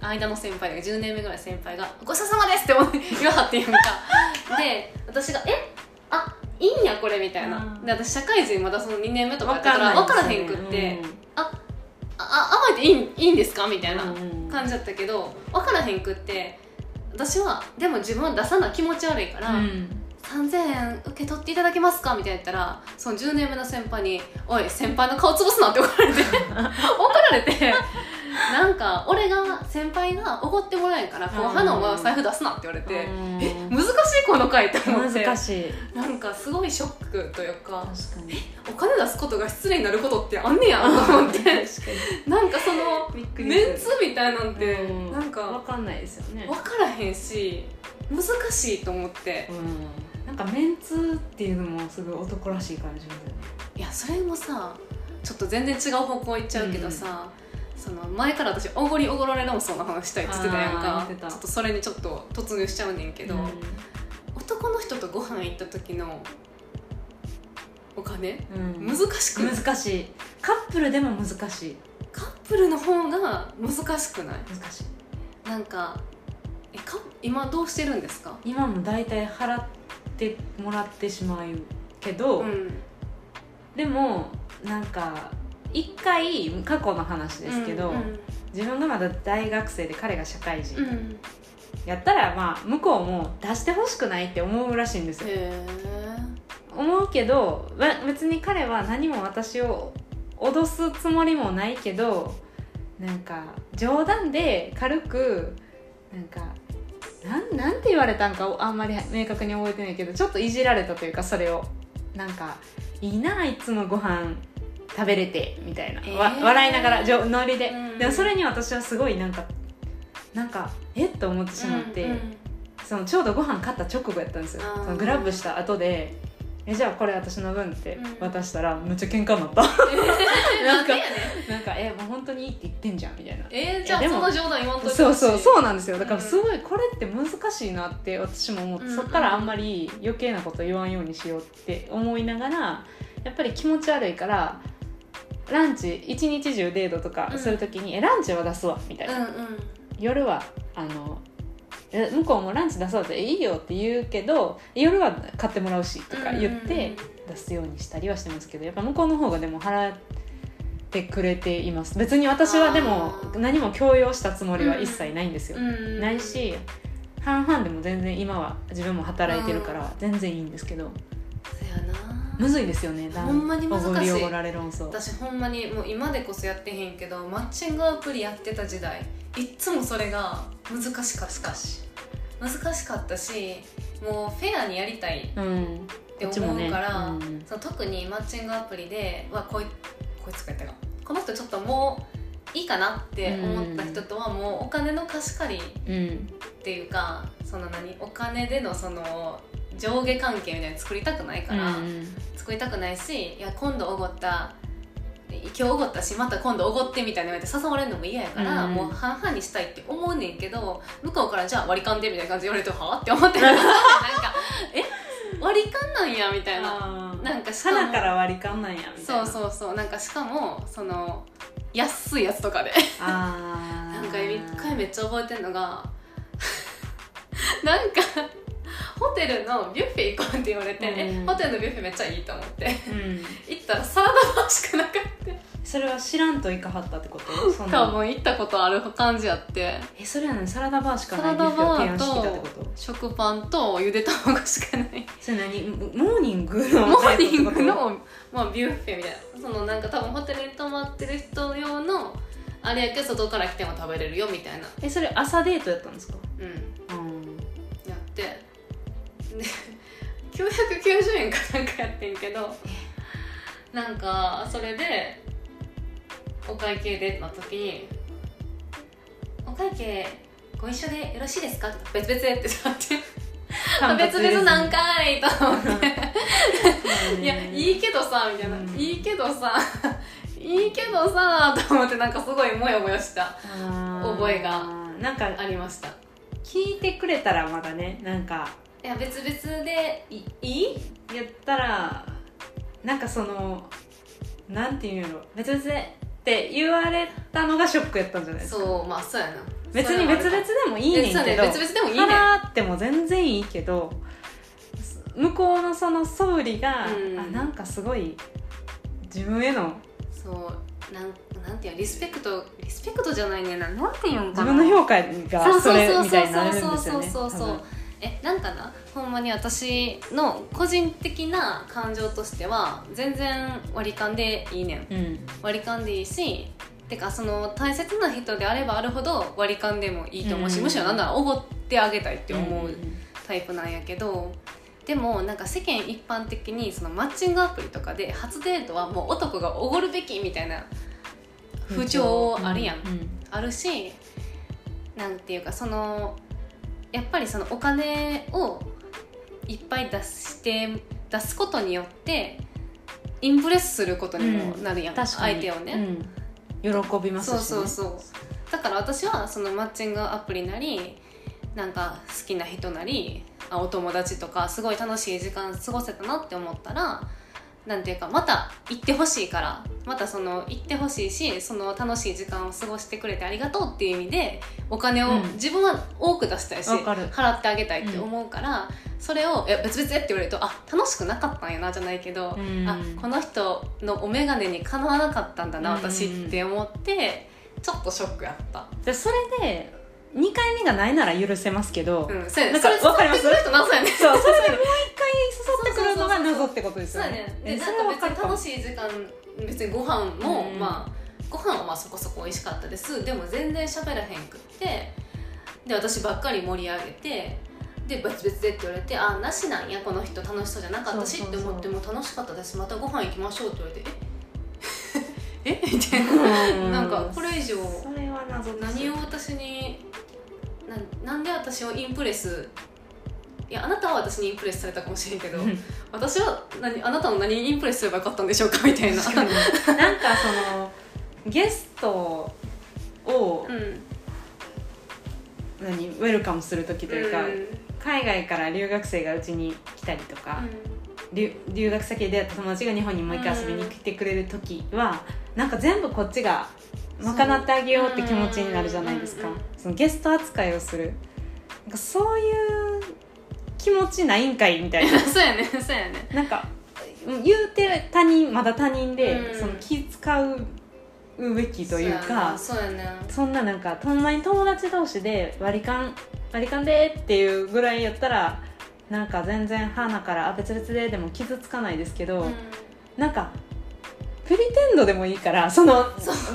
Speaker 1: 間の先輩が10年目ぐらい先輩が「ごちそうさまです!」って思って言わはってんやんかで私が「えあいいんやこれ」みたいな
Speaker 2: うん
Speaker 1: で私社会人まだその2年目とかや
Speaker 2: わ
Speaker 1: ったから分から
Speaker 2: です
Speaker 1: へん
Speaker 2: ね
Speaker 1: くって
Speaker 2: うん
Speaker 1: 「ああ甘えていいんいいんですか?」みたいな
Speaker 2: うん
Speaker 1: 感じだったけど分からへんくって私はでも自分は出さな気持ち悪いから、
Speaker 2: うん
Speaker 1: 3000円受け取っていただけますか?」みたいな言ったらその10年目の先輩に「おい先輩の顔潰すな」って怒られて怒られてなんか俺が先輩が怒ってもらえんから後輩のお前は財布出すなって言われて
Speaker 2: え
Speaker 1: 難しいこの回って思って
Speaker 2: 難しい
Speaker 1: なんかすごいショックというか
Speaker 2: 確かに
Speaker 1: お金出すことが失礼になることってあんねやと思っ
Speaker 2: 確
Speaker 1: て
Speaker 2: かに
Speaker 1: なんかその
Speaker 2: びっくりする
Speaker 1: メンツみたいなんて
Speaker 2: うん
Speaker 1: なん
Speaker 2: わ
Speaker 1: か
Speaker 2: かんないですよね
Speaker 1: 分からへんし難しいと思って
Speaker 2: うんなんかメンツっていうのもすごい男らしい感じも
Speaker 1: いやそれもさちょっと全然違う方向行っちゃうけどさ、その前から私おごりおごられるもそうな話したいって言ってたや
Speaker 2: あ
Speaker 1: ん
Speaker 2: ー
Speaker 1: か
Speaker 2: 言ってた
Speaker 1: ちょっとそれにちょっと突入しちゃうねんけ
Speaker 2: け
Speaker 1: ど、
Speaker 2: ど、
Speaker 1: 男の人とご飯行った時のお金
Speaker 2: うん
Speaker 1: 難しくない
Speaker 2: 難しいカップルでも難しい
Speaker 1: カップルの方が難しくない
Speaker 2: 難しい
Speaker 1: なんかえか今どうしてるんですか
Speaker 2: 今も大体払ってもらってしまうけど、
Speaker 1: うん
Speaker 2: でもなんか一回過去の話ですけど、
Speaker 1: うん
Speaker 2: 自分がまだ大学生で彼が社会人、
Speaker 1: うんうん
Speaker 2: やったらまあ向こうも出してほしくないって思うらしいんですよ
Speaker 1: へ
Speaker 2: 思うけどわ別に彼は何も私を脅すつもりもないけどなんか冗談で軽くなんかなんなんて言われたんかあんまり明確に覚えてないけどちょっといじられたというかそれをなんか「いいないつもご飯食べれて」みたいな、
Speaker 1: えー
Speaker 2: わ笑いながらじょノリで、
Speaker 1: うん
Speaker 2: でもそれに私はすごいなんかなんかえっと思ってしまって。そのちょうどご飯買った直後やったんですよ
Speaker 1: あー
Speaker 2: そのグラブした後でえじゃあこれ私の分って
Speaker 1: うん
Speaker 2: 渡したら、めっちゃ喧嘩になった
Speaker 1: な
Speaker 2: なんん
Speaker 1: で
Speaker 2: か
Speaker 1: やねん
Speaker 2: なんかえもう本当にいいって言ってんじゃんみたいな
Speaker 1: えー、じゃあ
Speaker 2: いや
Speaker 1: そ
Speaker 2: でも
Speaker 1: の冗談言わんといてほしい
Speaker 2: そうそう
Speaker 1: う
Speaker 2: そうなんですよだか
Speaker 1: うん
Speaker 2: らすごいこれって難しいなって私も思って、
Speaker 1: うんうん
Speaker 2: そっからあんまり余計なこと言わんようにしようって思いながらやっぱり気持ち悪いからランチ一日中デートとかするときに、えランチは出すわみたいな、
Speaker 1: んうん
Speaker 2: 夜はあのえ向こうもランチ出そうっていいよって言うけど夜は買ってもらうしとか言って出すようにしたりはしてますけどやっぱ向こうの方がでも払ってくれています別に私はでも
Speaker 1: あー
Speaker 2: 何も強要したつもりは一切ないんですよ
Speaker 1: う、んうんうん
Speaker 2: ないし半々でも全然今は自分も働いてるから全然いいんですけど
Speaker 1: そやな
Speaker 2: むずいですよねだ
Speaker 1: ほんまに難しい
Speaker 2: おごりおごられ論争
Speaker 1: 私ほんまにもう今でこそやってへんけどマッチングアプリやってた時代いっつもそれが難しかった難しかったしもうフェアにやりたい
Speaker 2: うん
Speaker 1: って思うから、
Speaker 2: こっちもねうん
Speaker 1: その特にマッチングアプリではこいこいつかやったかこの人ちょっともういいかなって思った人とはもうお金の貸し借り
Speaker 2: うん
Speaker 1: っていうかその何お金でのその上下関係みたいなの作りたくないから、
Speaker 2: うん
Speaker 1: 作りたくないしいや今度おごった今日おごったしまた今度おごってみたいな言われて誘われるのも嫌やから、
Speaker 2: うん
Speaker 1: もう半々にしたいって思うねんけど向こうからじゃあ割り勘でみたいな感じで言われてはあって思ってなんかえ割り勘なんやみたいな
Speaker 2: あー
Speaker 1: なんかしかも
Speaker 2: 花から割り勘なんやみたい
Speaker 1: そ
Speaker 2: な
Speaker 1: うそうそうなんかしかもその安いやつとかで
Speaker 2: あー
Speaker 1: なんか1回めっちゃ覚えてんのが なんかホテルのビュッフェ行こうって言われて、
Speaker 2: うん
Speaker 1: えホテルのビュッフェめっちゃいいと思って
Speaker 2: うん
Speaker 1: 行ったらサラダバーしかなかっ
Speaker 2: それは知らんといかはったってことそ
Speaker 1: た
Speaker 2: の
Speaker 1: 多分行ったことある感じやって
Speaker 2: えそれやのにサラダバーしかない
Speaker 1: サラダバーと
Speaker 2: ビュッフェを提案してきたってこと
Speaker 1: 食パンとゆで卵しか ない
Speaker 2: それ何モーニングの
Speaker 1: モーニン
Speaker 2: タ
Speaker 1: グ
Speaker 2: イプってこ
Speaker 1: の、まあ、ビュッフェみたいなそのなんか多分ホテルに泊まってる人用のあれやけど外から来ても食べれるよみたいな
Speaker 2: とえそれ朝デートやったんですか
Speaker 1: うん
Speaker 2: うん
Speaker 1: やってで990円かなんかやってんけどなんかそれでお会計での時に「お会計ご一緒でよろしいですか?」って別々でってなって「 別々なんかい!」と思って「 いやい
Speaker 2: い
Speaker 1: いけどさ」みたいな「
Speaker 2: うん
Speaker 1: いいけどさ」 いいけどさと思ってなんかすごいモヤモヤした覚
Speaker 2: 覚
Speaker 1: えが
Speaker 2: なんか
Speaker 1: ありました
Speaker 2: 聞いてくれたらまだねなんか
Speaker 1: いや別々で
Speaker 2: いいやったらなんかそのなんていうんやろ別々でって言われたのがショックやったんじゃないですか
Speaker 1: そうまあそうやな
Speaker 2: 別
Speaker 1: それ
Speaker 2: に
Speaker 1: はあ
Speaker 2: 別
Speaker 1: るか
Speaker 2: 々でもいいねんけど
Speaker 1: 別々でもいいねん
Speaker 2: 払っても全然いいけど向こうのその総理が、
Speaker 1: うん
Speaker 2: あなんかすごい自分への
Speaker 1: そうなんなんていうのリスペクトリスペクトじゃないねんななんていうん
Speaker 2: 自
Speaker 1: かな
Speaker 2: 分の評価
Speaker 1: そう
Speaker 2: が
Speaker 1: そ
Speaker 2: そうれ
Speaker 1: そう
Speaker 2: みた
Speaker 1: そ
Speaker 2: いになるん
Speaker 1: う
Speaker 2: ですよね
Speaker 1: そうそうそうそうえなんかなほんまに私の個人的な感情としては全然割り勘でいいねん
Speaker 2: うん
Speaker 1: 割り勘でいいしてかその大切な人であればあるほど割り勘でもいいと思うし、
Speaker 2: うん
Speaker 1: むしろなんならおごってあげたいって思ううんタイプなんやけど、でもなんか世間一般的にそのマッチングアプリとかで初デートはもう男がおごるべきみたいな風潮あるやん
Speaker 2: ううん
Speaker 1: あるしなんていうかそのやっぱりそのお金をいっぱい出して出すことによってインプレスすることにもなるやん、
Speaker 2: 確かに
Speaker 1: 相手をね。
Speaker 2: うん、喜びますし、
Speaker 1: そう
Speaker 2: ね、
Speaker 1: そうそうだから私はそのマッチングアプリなりなんか好きな人なりあお友達とかすごい楽しい時間過ごせたなって思ったらなんていうかまた行ってほしいからまたその行ってほしいしその楽しい時間を過ごしてくれてありがとうっていう意味でお金を、
Speaker 2: うん
Speaker 1: 自分は多く出したいし
Speaker 2: わかる
Speaker 1: 払ってあげたいって思うから、それを「いや別々」って言われると「あ楽しくなかったんやな」じゃないけど、
Speaker 2: うん
Speaker 1: あこの人のお眼鏡にかなわなかったんだな
Speaker 2: うんうんうん
Speaker 1: 私って思ってちょっとショックやった、
Speaker 2: でそれで2回目がないなら許せますけど、
Speaker 1: うん、そうや
Speaker 2: な
Speaker 1: ね
Speaker 2: んか
Speaker 1: それ
Speaker 2: わかります
Speaker 1: それ人なさやね
Speaker 2: そうそうそうもう一回誘ってくるのが謎ってことです
Speaker 1: そう
Speaker 2: よ
Speaker 1: や
Speaker 2: ね
Speaker 1: ねで
Speaker 2: そ
Speaker 1: な
Speaker 2: れ
Speaker 1: ん
Speaker 2: は
Speaker 1: か別に楽
Speaker 2: い
Speaker 1: しい時間別にご飯も、
Speaker 2: うん
Speaker 1: まあご飯はまあそこそこ美味しかったですでも全然喋らへんくってで私ばっかり盛り上げてで別々でって言われてあなしなんやこの人楽しそうじゃなかったし
Speaker 2: そうそう
Speaker 1: っ
Speaker 2: そう
Speaker 1: て思っても楽しかったですまたご飯行きましょうって言われてえ えみたいななんかこれ以上
Speaker 2: それは謎です
Speaker 1: 何を私になんなんで私をインプレスいやあなたは私にインプレスされたかもしれんけど
Speaker 2: うん
Speaker 1: 私は何あなたの何にインプレスすればよかったんでしょうかみたいな
Speaker 2: 確かになんかそのゲストを
Speaker 1: うん
Speaker 2: 何ウェルカムする時というか、
Speaker 1: うん
Speaker 2: 海外から留学生がうちに来たりとか、留留学先で出会った友達が日本にもう一回遊びに来てくれる時は、なんか全部こっちが賄ってあげようって気持ちになるじゃないですか、
Speaker 1: うんうんうん
Speaker 2: そのゲスト扱いをするなんかそういう気持ちないんかいみたい な
Speaker 1: そうやねそうやね
Speaker 2: なんか言うて他人まだ他人で、
Speaker 1: うん
Speaker 2: その気使うべきというか
Speaker 1: そうやね
Speaker 2: そんななんかほんまに友達同士で割り勘割り勘でっていうぐらいやったらなんか全然花からあ別々ででも傷つかないですけど、
Speaker 1: そうやね
Speaker 2: なんかプリテンドでもいいからその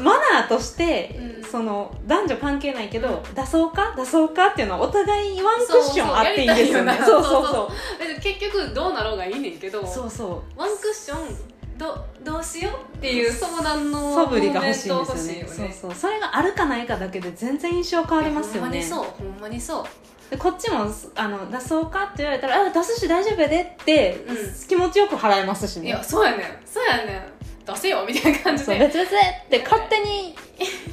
Speaker 2: マナーとして、
Speaker 1: うん
Speaker 2: その男女関係ないけど、出そうか出そうかっていうのはお互いワンクッションあっていいですよね
Speaker 1: そ
Speaker 2: そうう
Speaker 1: そ
Speaker 2: そうう
Speaker 1: やりたいよ
Speaker 2: そ
Speaker 1: なうんで結局どうなろうがいいねんけど
Speaker 2: うそうそう
Speaker 1: ワンクッションどどうしようっていう相談の
Speaker 2: 素振りが欲しいん
Speaker 1: モ
Speaker 2: で
Speaker 1: ーメント欲し
Speaker 2: すよね
Speaker 1: いよね
Speaker 2: そうそうそれがあるかないかだけで全然印象変わりますよね
Speaker 1: いやほんまにそうほんまにそう
Speaker 2: でこっちもあの出そうかって言われたらあ出すし大丈夫やでって、
Speaker 1: うん
Speaker 2: 気持ちよく払えますし
Speaker 1: い
Speaker 2: ね
Speaker 1: やそうやねんそうやねん出せよみたいな感じ
Speaker 2: そう
Speaker 1: で
Speaker 2: 別々って勝手に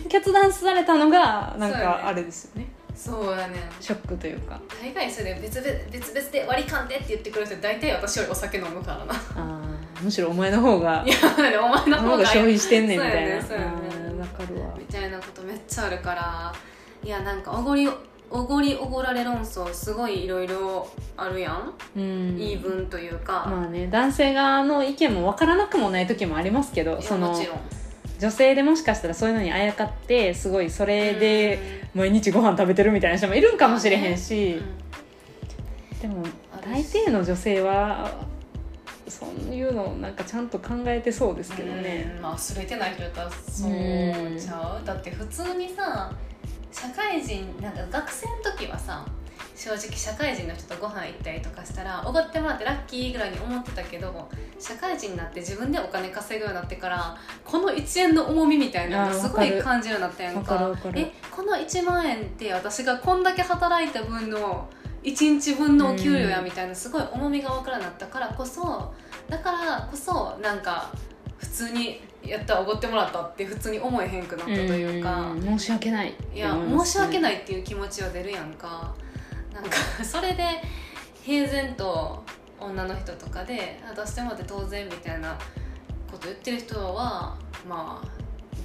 Speaker 2: 決断されたのがなん
Speaker 1: そうやね
Speaker 2: かあれですよね
Speaker 1: そうやねん
Speaker 2: ショックというか
Speaker 1: 大概それで別々別々で割り勘でって言ってくる人大体私よりお酒飲むからな
Speaker 2: あーむしろお前の方が
Speaker 1: いやお前の
Speaker 2: お前
Speaker 1: 方
Speaker 2: が
Speaker 1: が
Speaker 2: 消費してんねんみたいな
Speaker 1: そうやねそうや
Speaker 2: あ
Speaker 1: ね
Speaker 2: ーわかるわ
Speaker 1: みたいなことめっちゃあるからいやなんかおごりおごりおごられ論争すごいいろいろあるやん、
Speaker 2: うん
Speaker 1: 言い分というか、
Speaker 2: まあね男性側の意見もわからなくもない時もありますけど
Speaker 1: いや
Speaker 2: その
Speaker 1: もちろん
Speaker 2: 女性でもしかしたらそういうのにあやかってすごいそれで毎日ご飯食べてるみたいな人もいるんかもしれへんし、
Speaker 1: うんうん
Speaker 2: でも
Speaker 1: ある
Speaker 2: 大
Speaker 1: し
Speaker 2: 抵の女性はそういうのをなんかちゃんと考えてそうですけどね
Speaker 1: うんまあ忘れてない人だったらそう
Speaker 2: うん
Speaker 1: ちゃうだって普通にさ社会人なんか学生の時はさ正直社会人の人とご飯行ったりとかしたらおごってもらってラッキーぐらいに思ってたけど社会人になって自分でお金稼ぐようになってからこの1円の重みみたいなの
Speaker 2: あ
Speaker 1: が
Speaker 2: ー
Speaker 1: す
Speaker 2: わ
Speaker 1: ご
Speaker 2: か
Speaker 1: い
Speaker 2: る
Speaker 1: 感じるようになったやん
Speaker 2: わかる
Speaker 1: か
Speaker 2: わかる
Speaker 1: えこの1万円って私がこんだけ働いた分の1日分のお給料や
Speaker 2: うん
Speaker 1: みたいなすごい重みが分からなったからこそだからこそなんか普通にやったおごってもらったって普通に思えへんくなったというか、
Speaker 2: ん申し訳ないって思
Speaker 1: いや
Speaker 2: ますね
Speaker 1: 申し訳ないっていう気持ちは出るやんかなんかそれで平然と女の人とかで「あ出してもらって当然」みたいなこと言ってる人はまあ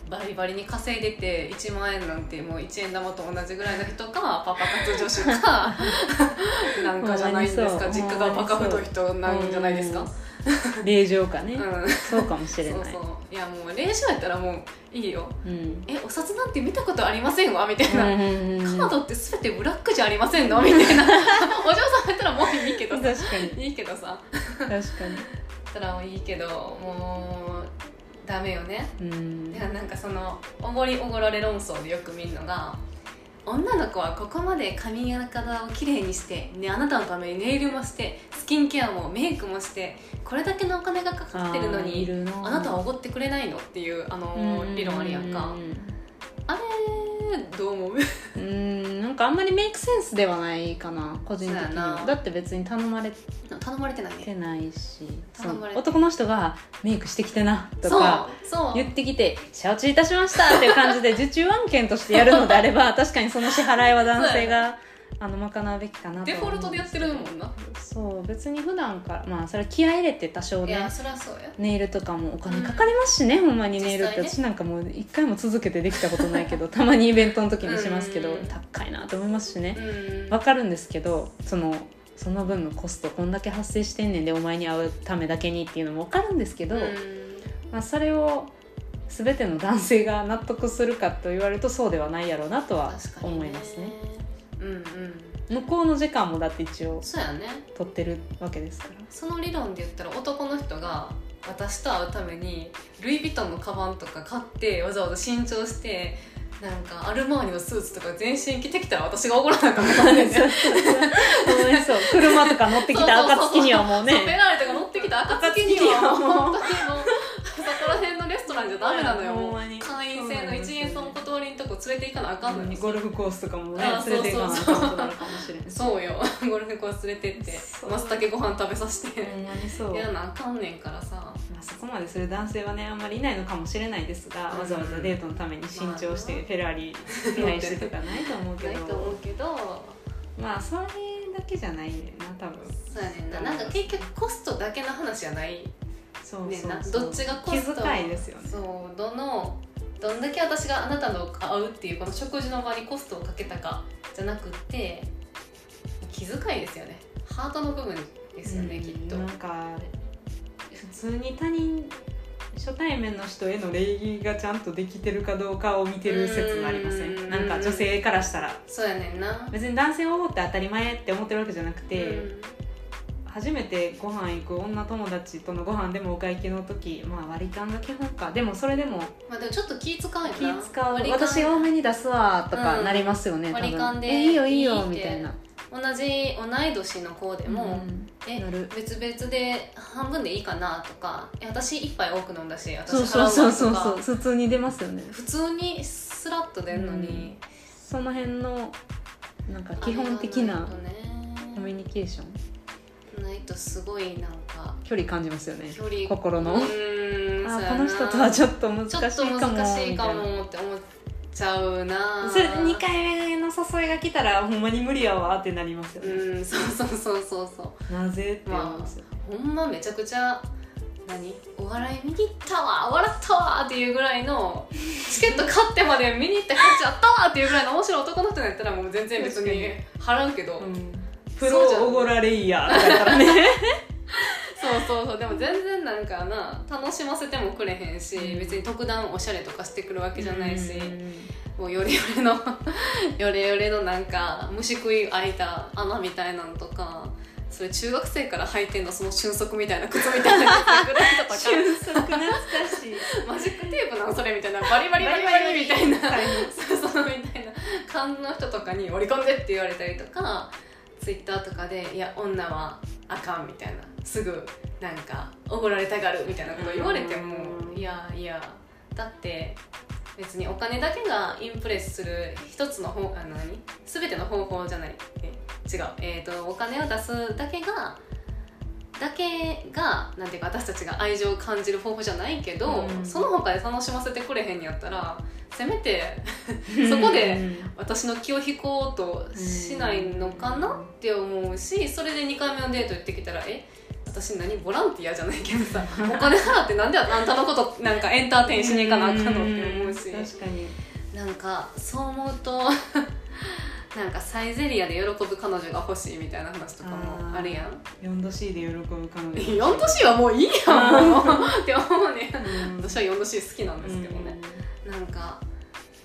Speaker 1: バリバリに稼いでて1万円なんてもう1円玉と同じぐらいの人かパパ活女 子かなんかじゃないんですか
Speaker 2: ほんまにそう
Speaker 1: 実家がバカ太い人なんじゃないです
Speaker 2: う
Speaker 1: か
Speaker 2: ん令嬢かね、
Speaker 1: うん
Speaker 2: そうかもしれ
Speaker 1: そう
Speaker 2: ない
Speaker 1: そういやもう霊障やったらもういいよ
Speaker 2: うん
Speaker 1: えお札なんて見たことありませんわみたいな、
Speaker 2: うん
Speaker 1: カードって全てブラックじゃありませんのみたいなお嬢さんだったらもういいけど
Speaker 2: 確
Speaker 1: さ
Speaker 2: かに
Speaker 1: いいけどさ
Speaker 2: 確か
Speaker 1: だったらもういいけどもうダメよね
Speaker 2: にうん
Speaker 1: いやなんかそのおごりおごられ論争でよく見るのが女の子はここまで髪型をきれいにして、ね、あなたのためにネイルもしてスキンケアもメイクもしてこれだけのお金がかかってるの
Speaker 2: あーい
Speaker 1: に
Speaker 2: る
Speaker 1: あなたはおごってくれないのっていうあのー理論あるやんかあれどう思う
Speaker 2: うんうんなんかあんまりメイクセンスではないかな個人的
Speaker 1: そう
Speaker 2: に
Speaker 1: や
Speaker 2: は
Speaker 1: な
Speaker 2: だって別に頼まれ
Speaker 1: 頼まれてないね
Speaker 2: てないし
Speaker 1: 頼まれて
Speaker 2: そう男の人が「メイクしてきてな」と
Speaker 1: そう
Speaker 2: か
Speaker 1: そう
Speaker 2: 言ってきて「承知いたしました」っていう感じで受注案件としてやるのであれば確かにその支払いは男性があの賄うべきかなと
Speaker 1: デ
Speaker 2: は
Speaker 1: フ
Speaker 2: 思
Speaker 1: ォ
Speaker 2: う
Speaker 1: ル
Speaker 2: ん
Speaker 1: トでや
Speaker 2: で
Speaker 1: っ
Speaker 2: す
Speaker 1: て
Speaker 2: けど
Speaker 1: るもんな、
Speaker 2: そう別に普段からまあそれは気合い入れて多少
Speaker 1: いや
Speaker 2: ね
Speaker 1: そりゃそうや
Speaker 2: ネイルとかもお金かかりますしね、ほんまにネイルって、
Speaker 1: 実
Speaker 2: 私
Speaker 1: 際ね
Speaker 2: なんかもう一回も続けてできたことないけど たまにイベントの時にしますけど、
Speaker 1: うん
Speaker 2: 高いなと思いますしね
Speaker 1: うん
Speaker 2: わかるんですけどそのその分のコストこんだけ発生してんねんでお前に会うためだけにっていうのもわかるんですけど、
Speaker 1: うん
Speaker 2: まあ、それを全ての男性が納得するかと言われるとそうではないやろうなとは
Speaker 1: 確かに
Speaker 2: 思いますね
Speaker 1: うんうん
Speaker 2: 向こうの時間もだって一応
Speaker 1: そうやね
Speaker 2: 取ってるわけですから
Speaker 1: その理論で言ったら男の人が私と会うためにルイ・ヴィトンのカバンとか買ってわざわざ新調してなんかアルマーニのスーツとか全身着てきたら私が怒らなあかったんです
Speaker 2: そうそ
Speaker 1: よ
Speaker 2: うそう思いそう車とか乗ってきた暁にはもう
Speaker 1: そうフェ
Speaker 2: ね
Speaker 1: ラーリとか乗ってきた暁にはもう本当にもうそこら辺のレストランじゃダメなのよ
Speaker 2: ほん
Speaker 1: もう
Speaker 2: まに
Speaker 1: 会員制の一元さんの断りのとこ連れて行かなあかんのに
Speaker 2: ゴルフコースとかもね
Speaker 1: あ
Speaker 2: 連れて行かなあかんことになるかもしれない
Speaker 1: そうよ ゴルフコース連れてって
Speaker 2: そう
Speaker 1: 松茸ご飯食べさせて
Speaker 2: ほんまにそう
Speaker 1: やらなあかんねんからさ
Speaker 2: まあ、そこまでする男性はねあんまりいないのかもしれないですが、
Speaker 1: うん
Speaker 2: わざわざデートのために新調して
Speaker 1: まあ
Speaker 2: フェラーリ手配してとかないと思うけ
Speaker 1: ない
Speaker 2: ど
Speaker 1: と思うけど
Speaker 2: まあそれだけじゃないんだよな多分
Speaker 1: そうやねんななんか結局コストだけの話じゃない
Speaker 2: そう
Speaker 1: ねんな
Speaker 2: そうそう
Speaker 1: どっちがコスト
Speaker 2: 気遣いですよね
Speaker 1: そうどのどんだけ私があなたの会うっていうこの食事の場にコストをかけたかじゃなくって気遣いですよねハートの部分ですよね、
Speaker 2: うん
Speaker 1: きっと
Speaker 2: なんか普通に他人初対面の人への礼儀がちゃんとできてるかどうかを見てる説もありません
Speaker 1: うん
Speaker 2: なんか女性からしたら
Speaker 1: そうやねんな
Speaker 2: 別に男性を思って当たり前って思ってるわけじゃなくて、
Speaker 1: うん
Speaker 2: 初めてご飯行く女友達とのご飯でもお会計の時まあ割り勘が基本かでもそれでも
Speaker 1: まあでもちょっと気使うよな
Speaker 2: 気使う
Speaker 1: 割り勘
Speaker 2: 私多めに出すわとか
Speaker 1: うん
Speaker 2: なりますよね、多分
Speaker 1: 割り勘で
Speaker 2: えいいよいい
Speaker 1: いい
Speaker 2: よ
Speaker 1: って
Speaker 2: みたいな
Speaker 1: 同じ同い年の子でも、
Speaker 2: ん
Speaker 1: え
Speaker 2: なる
Speaker 1: 別々で半分でいいかなとかえ私一杯多く飲んだし私
Speaker 2: そう
Speaker 1: 払う
Speaker 2: そう
Speaker 1: わ
Speaker 2: そうそう
Speaker 1: とか
Speaker 2: そう普通に出ますよね
Speaker 1: 普通にスラッと出るのに、
Speaker 2: その辺のなんか基本的なコミュニケーション
Speaker 1: あれがないとねないとすごいなんか
Speaker 2: 距離感じますよね
Speaker 1: 距離
Speaker 2: 心
Speaker 1: う
Speaker 2: の
Speaker 1: ーん
Speaker 2: あ
Speaker 1: そう
Speaker 2: ー
Speaker 1: やな
Speaker 2: この人とはちょっと難しい
Speaker 1: ちょっと
Speaker 2: かも
Speaker 1: 難しい
Speaker 2: みた
Speaker 1: か
Speaker 2: いな
Speaker 1: もって思っちゃうな
Speaker 2: それ2回目の誘いが来たらほんまに無理やわってなりますよね、
Speaker 1: うんそうそうそうそうそう
Speaker 2: なぜって思うんですよ、
Speaker 1: ほんまめちゃくちゃ何お笑い見に行ったわ笑ったわっていうぐら いのチケット買ってまで見に行って買っちゃったわっていうぐらいの面白い男の人やったらもう全然別に払うけど、
Speaker 2: うん
Speaker 1: そう
Speaker 2: プ
Speaker 1: じゃん
Speaker 2: ロおごられいやだからね
Speaker 1: そうそうそうでも全然なんかな楽しませてもくれへんし、
Speaker 2: うん
Speaker 1: 別に特段おしゃれとかしてくるわけじゃないし、
Speaker 2: うん
Speaker 1: もうヨレヨレの ヨレヨレのなんか虫食い開いた穴みたいなのとかそれ中学生から履いてんのその俊足みたいな靴みたいなのぐらいと か
Speaker 2: 俊足懐かしい
Speaker 1: マジックテープなのそれみたいなバリバリバリバリみたいな
Speaker 2: はい
Speaker 1: そうそうみたいな感じの人とかに折り込んでって言われたりとかツイッターとかで「いや女はあかん」みたいなすぐなんかおごられたがるみたいなこと言われても
Speaker 2: うん
Speaker 1: いやいやだって別にお金だけがインプレスする一つの方あの何全ての方法じゃないえ違う、えー、とお金を出すだけがだけがなんていうか私たちが愛情を感じる方法じゃないけど、
Speaker 2: うん
Speaker 1: その他で楽しませてくれへんやったらせめてそこで私の気を引こうとしないのかなって思うしそれで2回目のデート行ってきたらえ私何ボランティアじゃないけ どさお金払ってなんであんたのことなんかエンターテインしに行かなあかんのって思うし
Speaker 2: ん確かに
Speaker 1: なんかそう思うとなんかサイゼリアで喜ぶ彼女が欲しいみたいな話とかもあるやん
Speaker 2: 4度 C で喜ぶ彼 女
Speaker 1: 4度 C はもういいやんもうって思うね
Speaker 2: うん
Speaker 1: 私は4度 C 好きなんですけどね、なんか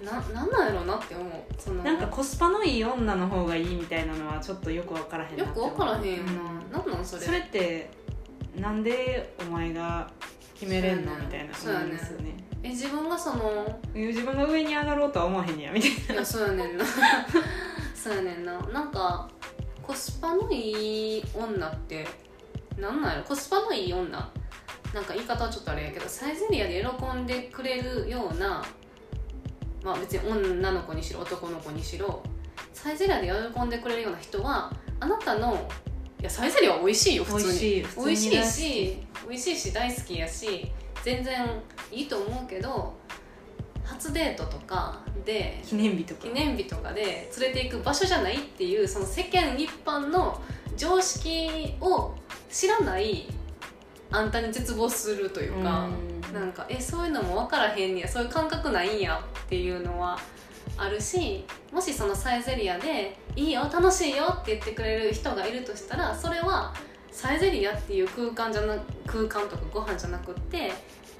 Speaker 1: ななんなんやろうなって思うその
Speaker 2: なんかコスパのいい女の方がいいみたいなのはちょっとよく分からへんな
Speaker 1: よ
Speaker 2: って
Speaker 1: く
Speaker 2: 思
Speaker 1: わ
Speaker 2: う
Speaker 1: からへんよな、
Speaker 2: うん
Speaker 1: なんなんそれ
Speaker 2: それってなんでお前が決めれんの
Speaker 1: そうやね
Speaker 2: みたいな
Speaker 1: そうやね
Speaker 2: 思いますよね
Speaker 1: え自分がそ の
Speaker 2: 自分が上に上がろうとは思わへんやみたい
Speaker 1: いやそうやねんな そうやねんななんかコスパのいい女ってなんなんやろコスパのいい女なんか言い方はちょっとあれやけどサイゼリアで喜んでくれるようなまあ別に女の子にしろ男の子にしろサイゼリアで喜んでくれるような人はあなたのいやサイゼリアは美味しいよ
Speaker 2: な
Speaker 1: 普通に
Speaker 2: しい
Speaker 1: 美味しいし美味しいし大好きやし全然いいと思うけど初デートとかで
Speaker 2: 記念日とか
Speaker 1: 記念日とかで連れて行く場所じゃないっていうその世間一般の常識を知らないあんたに絶望するというか、なんかえそういうのも分からへんねやそういう感覚ないんやっていうのはあるしもしそのサイゼリアで「いいよ楽しいよ」って言ってくれる人がいるとしたらそれはサイゼリアっていう空間じゃな空間とかご飯じゃなくって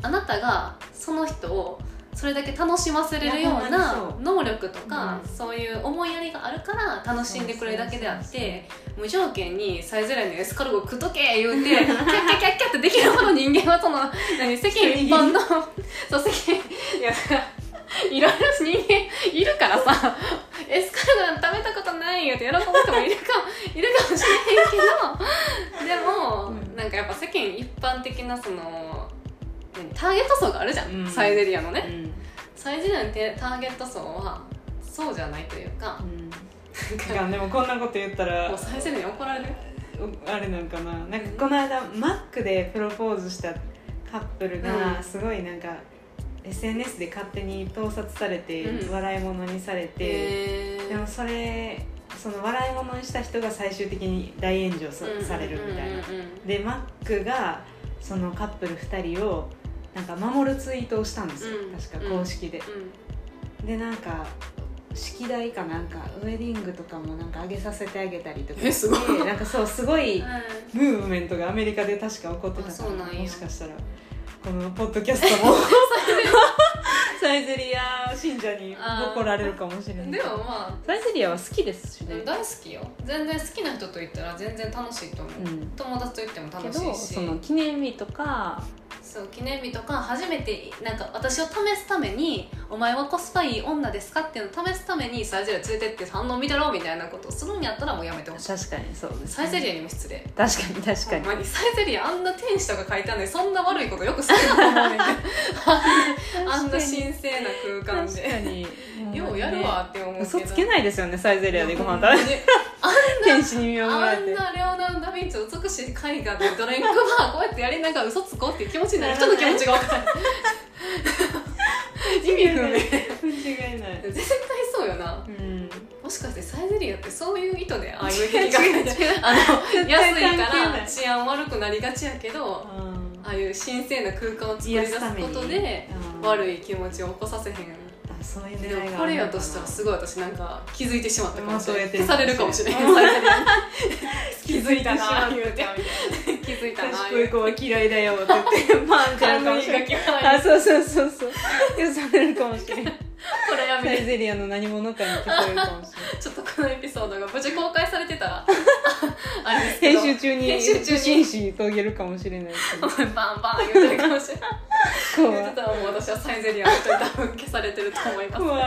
Speaker 1: あなたがその人をそれだけ楽しませれるよう
Speaker 2: いや
Speaker 1: な
Speaker 2: ほんまにそう
Speaker 1: 能力とか、
Speaker 2: うん
Speaker 1: そういう思いやりがあるから楽しんでくれるだけであって無条件にサイゼリアのエスカルゴ食っとけ言うてキャッキャッキャッキャッってできるほど人間はその何世間 一般のそう世間いやいろいろ人間いるからさエスカルゴなんて食べたことないよって喜ぶ人もいるかもいるかもしれへんけどでも、
Speaker 2: うん
Speaker 1: なんかやっぱ世間一般的なその何ターゲット層があるじゃん、
Speaker 2: うん
Speaker 1: サイゼリアのね、
Speaker 2: うん
Speaker 1: サイゼリアのテターゲット層はそうじゃないというか
Speaker 2: うん
Speaker 1: なん
Speaker 2: い
Speaker 1: か
Speaker 2: やでもこんなこと言った
Speaker 1: も
Speaker 2: ら
Speaker 1: うサイゼリアに怒られる
Speaker 2: あれなんかななんかこの間マックでプロポーズしたカップル
Speaker 1: う
Speaker 2: が
Speaker 1: ん
Speaker 2: すごいなんか SNS で勝手に盗撮されて、
Speaker 1: うん
Speaker 2: 笑い物にされて、
Speaker 1: へ
Speaker 2: でもそれその笑い物にした人が最終的に大炎上さ,、
Speaker 1: うん
Speaker 2: れるみたいな、
Speaker 1: うんうんうん
Speaker 2: でマックがそのカップル2人をなんか守るツイートをしたんですよ、
Speaker 1: うん
Speaker 2: 確か公式で、
Speaker 1: うん
Speaker 2: でなんか式代かなんかウェディングとかもなんか上げさせてあげたりとか
Speaker 1: えすごい
Speaker 2: してなんかそうすごい
Speaker 1: うん
Speaker 2: ムーブメントがアメリカで確か起こってたか
Speaker 1: あそう
Speaker 2: ら
Speaker 1: なんや
Speaker 2: もしかしたらこのポッドキャストも サイゼリア信者に怒られるかもしれない
Speaker 1: でもま
Speaker 2: サイゼリアは好きですし
Speaker 1: あ、
Speaker 2: ね、
Speaker 1: 大好きよ全然好きな人と行ったら全然楽しいと思う、
Speaker 2: うん、
Speaker 1: 友達と行っても
Speaker 2: け
Speaker 1: 楽し
Speaker 2: ど
Speaker 1: いし
Speaker 2: その記念日とか
Speaker 1: そう記念日とか初めてなんか私を試すために「お前はコスパいい女ですか?」っていうのを試すためにサイゼリア連れてって反応見てろみたいなことをするんやったらもうやめてほしい
Speaker 2: 確かにそうです、ね、
Speaker 1: サイゼリアにも失礼
Speaker 2: 確かに確か
Speaker 1: ほん
Speaker 2: に
Speaker 1: まにサイゼリアあんな天使とか書いてあるのにそんな悪いことよくすると思うねんあんな神聖な空間
Speaker 2: 確か
Speaker 1: で
Speaker 2: に
Speaker 1: ようやるわって思うけど
Speaker 2: 嘘つけないですよねサイゼリアでご飯食べ
Speaker 1: いやほんまに
Speaker 2: 天使に見守ら
Speaker 1: あ
Speaker 2: れ
Speaker 1: ん
Speaker 2: て
Speaker 1: なレオナルド・ダ・ヴィンチの美しい絵画でドリンクバーこうやってやりながら嘘つこうっていう気持ちになる人の気持ちが分からない意味 不明
Speaker 2: 違いない
Speaker 1: 絶対そうよな
Speaker 2: うん
Speaker 1: もしかしてサイゼリアってそういう意図でああいう
Speaker 2: 違
Speaker 1: 壁
Speaker 2: う
Speaker 1: 画
Speaker 2: 違う
Speaker 1: あの
Speaker 2: 絶対関
Speaker 1: 安
Speaker 2: 係
Speaker 1: い
Speaker 2: ない
Speaker 1: から治安悪くなりがちやけど
Speaker 2: うん
Speaker 1: ああいう神聖な空間を作り
Speaker 2: 癒
Speaker 1: 出
Speaker 2: す
Speaker 1: す
Speaker 2: ため
Speaker 1: こ
Speaker 2: に
Speaker 1: とで悪い気持ちを起こさせへん
Speaker 2: あそういう
Speaker 1: で
Speaker 2: 狙い
Speaker 1: も
Speaker 2: が
Speaker 1: これやとしたらす
Speaker 2: ごい
Speaker 1: ごい私なんか気づいてしまったかもしれない
Speaker 2: まとめて
Speaker 1: 消されるかもしれない
Speaker 2: うん
Speaker 1: 気づいたな言うて
Speaker 2: みた
Speaker 1: 気づいた
Speaker 2: いな
Speaker 1: な
Speaker 2: 賢
Speaker 1: 言う
Speaker 2: い
Speaker 1: て
Speaker 2: 子は嫌いだよって言 ってパンちゃうかもしれないあそうそうそうそう許されるかもしれない
Speaker 1: これや
Speaker 2: サ
Speaker 1: め
Speaker 2: イ
Speaker 1: て
Speaker 2: ゼリアの何者かに聞こえるか もし
Speaker 1: ちょっとこのエピソードが無事公開されてた らあれです
Speaker 2: れ
Speaker 1: け
Speaker 2: な
Speaker 1: ど
Speaker 2: い編集中に
Speaker 1: 編集中に
Speaker 2: 不審死遂げるかもしれないけ ど
Speaker 1: お前バンバン言うてるかもしれない
Speaker 2: 怖
Speaker 1: 言っ
Speaker 2: い
Speaker 1: て たらもう私はサイゼリアの人に多分消されてると思います
Speaker 2: 怖い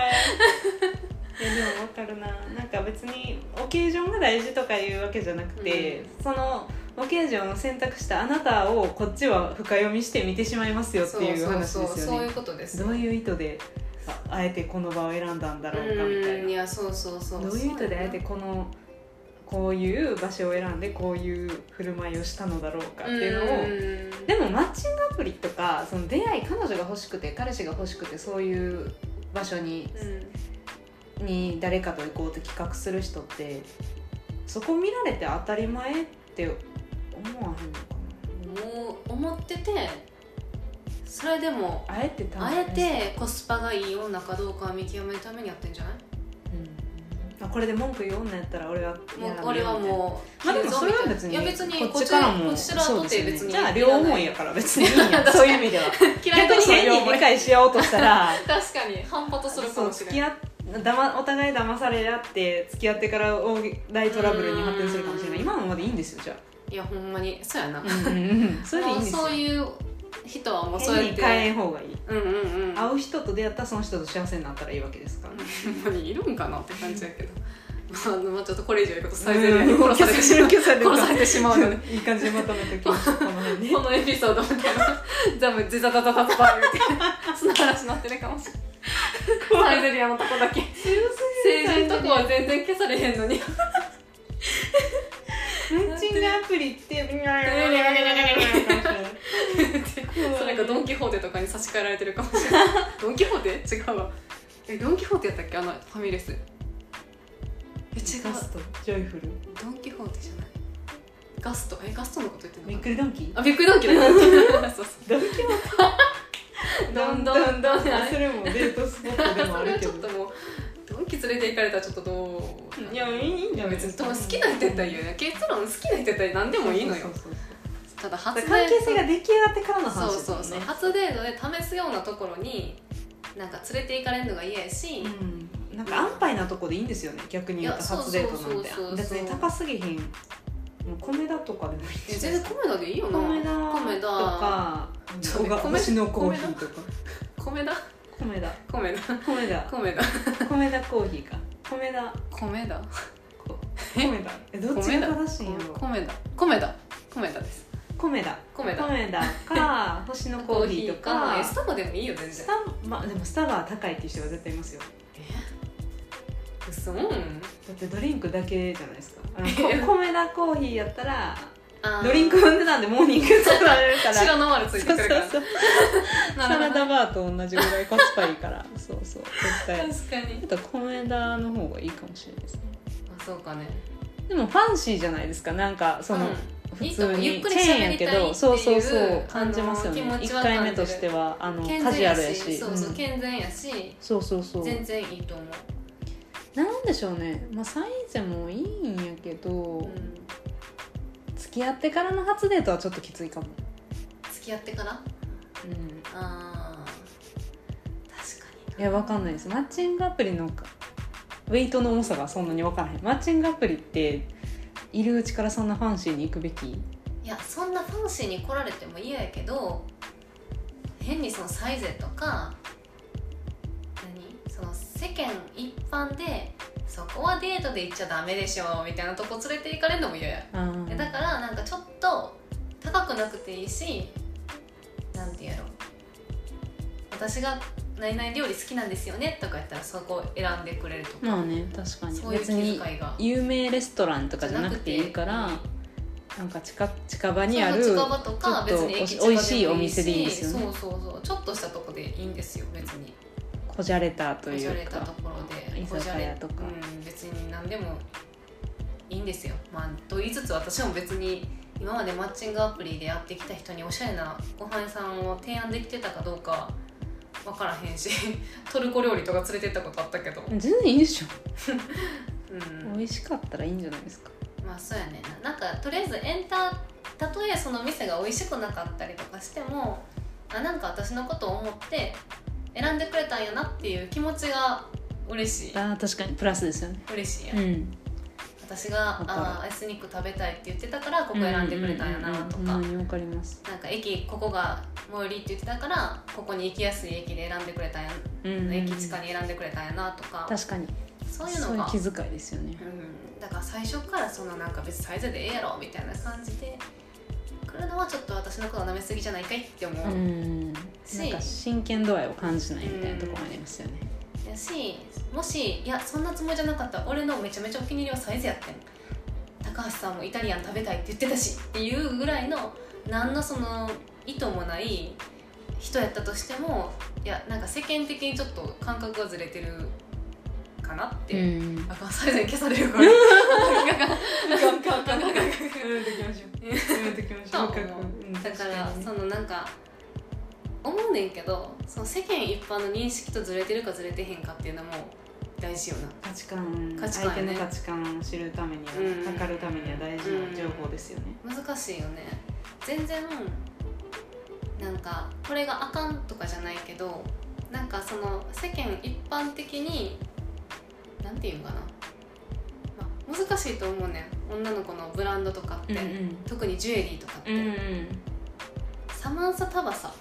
Speaker 2: いやでもわかるななんか別にオケージョンが大事とかいうわけじゃなくて、そのオケージョンを選択したあなたをこっちは深読みして見てしまいますよっていう話ですよね
Speaker 1: そうそうそうそういうことです
Speaker 2: どういう意図でああえてこの場を選んだんだろうかみたい
Speaker 1: うんい
Speaker 2: な
Speaker 1: やそうそうそう
Speaker 2: どういう意図であえて
Speaker 1: う
Speaker 2: このこういう場所を選んでこういう振る舞いをしたのだろうかっていうのを、
Speaker 1: ん
Speaker 2: でもマッチングアプリとかその出会い彼女が欲しくて彼氏が欲しくてそういう場所に
Speaker 1: うん
Speaker 2: に誰かと行こうって企画する人ってそこ見られて当たり前って思わへんのか
Speaker 1: もう思っててそれでも
Speaker 2: なあえて多分
Speaker 1: あえてコスパがいい女かどうかを見極めるためにやってんじゃない
Speaker 2: うんあこれで文句言う女やったら俺は
Speaker 1: もう俺は
Speaker 2: う
Speaker 1: もう
Speaker 2: まあでもそれは別に
Speaker 1: いや別に
Speaker 2: こっちからも
Speaker 1: こちらとて別に
Speaker 2: じゃあ両思いやから別にいい やそういう意味では
Speaker 1: 嫌
Speaker 2: 逆
Speaker 1: いと
Speaker 2: に
Speaker 1: それ
Speaker 2: 変
Speaker 1: 両
Speaker 2: に
Speaker 1: 思い
Speaker 2: 理解し合おうとした ら
Speaker 1: 確かに反発するか
Speaker 2: そう
Speaker 1: もし
Speaker 2: 付
Speaker 1: れ
Speaker 2: き
Speaker 1: ない
Speaker 2: 合っだま、お互い騙され合って付き合ってから大トラブルに発展するかもしれない
Speaker 1: うん
Speaker 2: 今のままでいいんですよじゃ
Speaker 1: いやほんまにそうやな
Speaker 2: あ、うん、それでいいん
Speaker 1: もう
Speaker 2: ですよ
Speaker 1: そういう人はもうそう
Speaker 2: 変
Speaker 1: やっ
Speaker 2: に
Speaker 1: て
Speaker 2: 変えん方がいい
Speaker 1: うんうんうん
Speaker 2: 会う人と出会ったらその人と幸せになったらいいわけですから、
Speaker 1: ほんまにいるんかなって感じやけど、まああの、まあちょっとこれ以上やると最善に殺されてしまう
Speaker 2: 消される
Speaker 1: 殺されてしまうので
Speaker 2: いい感じでまとめて今日この 辺で
Speaker 1: このエピソードみたいな全部ズザザザザザザ言うてそんな話になってるかもしれないサイゼリアのとこだけ成人のとこは全然消されへんのに
Speaker 2: マッチングアプリって
Speaker 1: それかドン・キホーテとかに差し替えられてるかもしれないドン・キホーテ違うわえドン・キホーテやったっけあのファミレスえ違
Speaker 2: ガ
Speaker 1: う
Speaker 2: ストジョイフル
Speaker 1: ドン・キホーテじゃないガストえガストのこと言ってんのか
Speaker 2: び
Speaker 1: な
Speaker 2: っくりドンキ
Speaker 1: あ、びっくりドンキだ。 そうそ
Speaker 2: ドンキ
Speaker 1: うどんどんどん。そ
Speaker 2: そ
Speaker 1: れ
Speaker 2: れもデートスポットでもある
Speaker 1: は
Speaker 2: け
Speaker 1: ちょ
Speaker 2: ど
Speaker 1: っともう、ドンキ連れて行かれたらちょっとどう。
Speaker 2: いやいいんじゃない
Speaker 1: 別に好きな人やったらいいよね。結論好きな人やったら何でもいいのよ。ただ初
Speaker 2: 関
Speaker 1: デート
Speaker 2: 係性が出来上がってからの話
Speaker 1: そうそうそう。初デートで試すようなところに、なんか連れて行かれるのが嫌やし、
Speaker 2: なんか安牌なとこでいいんですよね逆に言うと初デートなんて別に高すぎひんもう米田とかでもいい
Speaker 1: え全然コメダでいいよな。
Speaker 2: 米田
Speaker 1: 米
Speaker 2: と
Speaker 1: 田。
Speaker 2: か星のコーヒーとか
Speaker 1: 米田
Speaker 2: 米田
Speaker 1: 米田
Speaker 2: 米田
Speaker 1: 米田
Speaker 2: 米田コーヒーか米田
Speaker 1: 米田
Speaker 2: こ米田えどっちが正しいんやろ
Speaker 1: 米田米田米田です。
Speaker 2: 米田
Speaker 1: 米田。
Speaker 2: 米田か星のコーヒーとか
Speaker 1: えスタバでもいいよ全然
Speaker 2: ス。タまあでもスタバは高いっていう人が絶対いますよ
Speaker 1: 嘘
Speaker 2: だってドリンクだけじゃないですか あのこ米田コーヒーやったら
Speaker 1: あー
Speaker 2: ドリンク飲んでたんでモーニング取られるから
Speaker 1: 白の丸ついて
Speaker 2: そうそ
Speaker 1: く
Speaker 2: う
Speaker 1: るから
Speaker 2: そう
Speaker 1: な
Speaker 2: サラ
Speaker 1: るほ
Speaker 2: ダ
Speaker 1: ど
Speaker 2: バーと同じぐらいコスパいいからそうそう絶対
Speaker 1: 確かに
Speaker 2: あと米田の方がいいかもしれないですね
Speaker 1: あそうかね
Speaker 2: でもファンシーじゃないですかなんかその、
Speaker 1: うん
Speaker 2: 普通
Speaker 1: いいと思うゆっ
Speaker 2: に
Speaker 1: くり
Speaker 2: チェーンやけ
Speaker 1: 喋りたいってい
Speaker 2: ど
Speaker 1: う
Speaker 2: そうそうそう感じますよね
Speaker 1: あの気持ちは
Speaker 2: 1
Speaker 1: 感じる
Speaker 2: 回目としてはあの
Speaker 1: 健
Speaker 2: カ
Speaker 1: 全
Speaker 2: ジュア
Speaker 1: や
Speaker 2: ルや
Speaker 1: し
Speaker 2: し
Speaker 1: そうそううん健全やし
Speaker 2: そうそうそう
Speaker 1: 全然いいと思う
Speaker 2: なんでしょうね、まあ、サイゼもいいんやけど、
Speaker 1: うん
Speaker 2: 付き合ってからの初デートはちょっときついかも、
Speaker 1: 付き合ってから
Speaker 2: うん、
Speaker 1: あー確かに
Speaker 2: いやわかんないですマッチングアプリのかウェイトの重さがそんなに分からへんマッチングアプリっているうちからそんなファンシーに行くべき
Speaker 1: いやそんなファンシーに来られても嫌やけど変にそのサイゼとか何その世間一般でそこはデートで行っちゃダメでしょみたいなとこ連れて行かれるのも嫌や
Speaker 2: あ
Speaker 1: でだからなんかちょっと高くなくていいしなんて言うやろ私が「何々料理好きなんですよね」とか言ったらそこを選んでくれるとか、
Speaker 2: まあね確かに
Speaker 1: そういう気
Speaker 2: 別に
Speaker 1: 遣いが
Speaker 2: 有名レストランとかじゃなくていいからなんか近近場にある
Speaker 1: そうそう近場とか
Speaker 2: ちょっ
Speaker 1: 別
Speaker 2: と
Speaker 1: に駅近
Speaker 2: おいしいお店でいいですよね
Speaker 1: そうそうそうちょっとしたとこでいいんですよ別に
Speaker 2: こじゃれたと
Speaker 1: こ
Speaker 2: い
Speaker 1: じゃれ
Speaker 2: う
Speaker 1: たと
Speaker 2: か
Speaker 1: ころで
Speaker 2: 居
Speaker 1: こじゃ
Speaker 2: 酒屋
Speaker 1: れ
Speaker 2: とか
Speaker 1: うん、別に何でもいいんですよ、まあ、と言いつつ私も別に今までマッチングアプリでやってきた人におしゃれなご飯屋さんを提案できてたかどうか分からへんし トルコ料理とか連れてったことあったけど、
Speaker 2: 全然いいでしょ
Speaker 1: うん、
Speaker 2: 美味しかったらいいんじゃないですか
Speaker 1: まあそうやねんななんかとりあえずエンターたとえその店が美味しくなかったりとかしてもあなんか私のことを思って選んでくれたんやなっていう気持ちが嬉しい
Speaker 2: あー確かにプラスですよね
Speaker 1: 嬉しいやん
Speaker 2: うん
Speaker 1: 私が
Speaker 2: わかる
Speaker 1: あーエスニック食べたいって言ってたからここ選んでくれたんやなと
Speaker 2: う
Speaker 1: か、
Speaker 2: んうんうんうんほんまにわかります
Speaker 1: なんか駅ここが最寄りって言ってたからここに行きやすい駅で選んでくれたんや、
Speaker 2: うん
Speaker 1: 駅近に選んでくれたんやなとか
Speaker 2: 確かに
Speaker 1: そういう
Speaker 2: そう
Speaker 1: の
Speaker 2: いう
Speaker 1: が
Speaker 2: 気遣いですよね
Speaker 1: うんだから最初からそんななんか別にサイズでええやろみたいな感じで来るのはちょっと私のこと舐めすぎじゃないかいって思
Speaker 2: う
Speaker 1: う、
Speaker 2: んなん
Speaker 1: し
Speaker 2: か真剣度合いを感じないみたいなところもありますよね
Speaker 1: やしもしいやそんなつもりじゃなかった俺のめちゃめちゃお気に入りはサイズやってん高橋さんもイタリアン食べたいって言ってたしっていうぐらいの何のその意図もない人やったとしてもいやなんか世間的にちょっと感覚がずれてるかなって、
Speaker 2: うん
Speaker 1: あかんサイズに消され るから
Speaker 2: やめときましょうやめときまし
Speaker 1: と思う
Speaker 2: うん
Speaker 1: だから
Speaker 2: 確
Speaker 1: そ
Speaker 2: に
Speaker 1: のなんか思うねんけどその世間一般の認識とずれてるかずれてへんかっていうのも大事よな
Speaker 2: 価値観
Speaker 1: 価値観
Speaker 2: 相手
Speaker 1: ね
Speaker 2: の価値観を知るためには、
Speaker 1: うん
Speaker 2: 測るためには大事な情報ですよね、
Speaker 1: 難しいよね全然なんかこれがあかんとかじゃないけどなんかその世間一般的になんていうのかな、まあ難しいと思うねん女の子のブランドとかって、特にジュエリーとかって、
Speaker 2: うんうん
Speaker 1: サマンサタバサ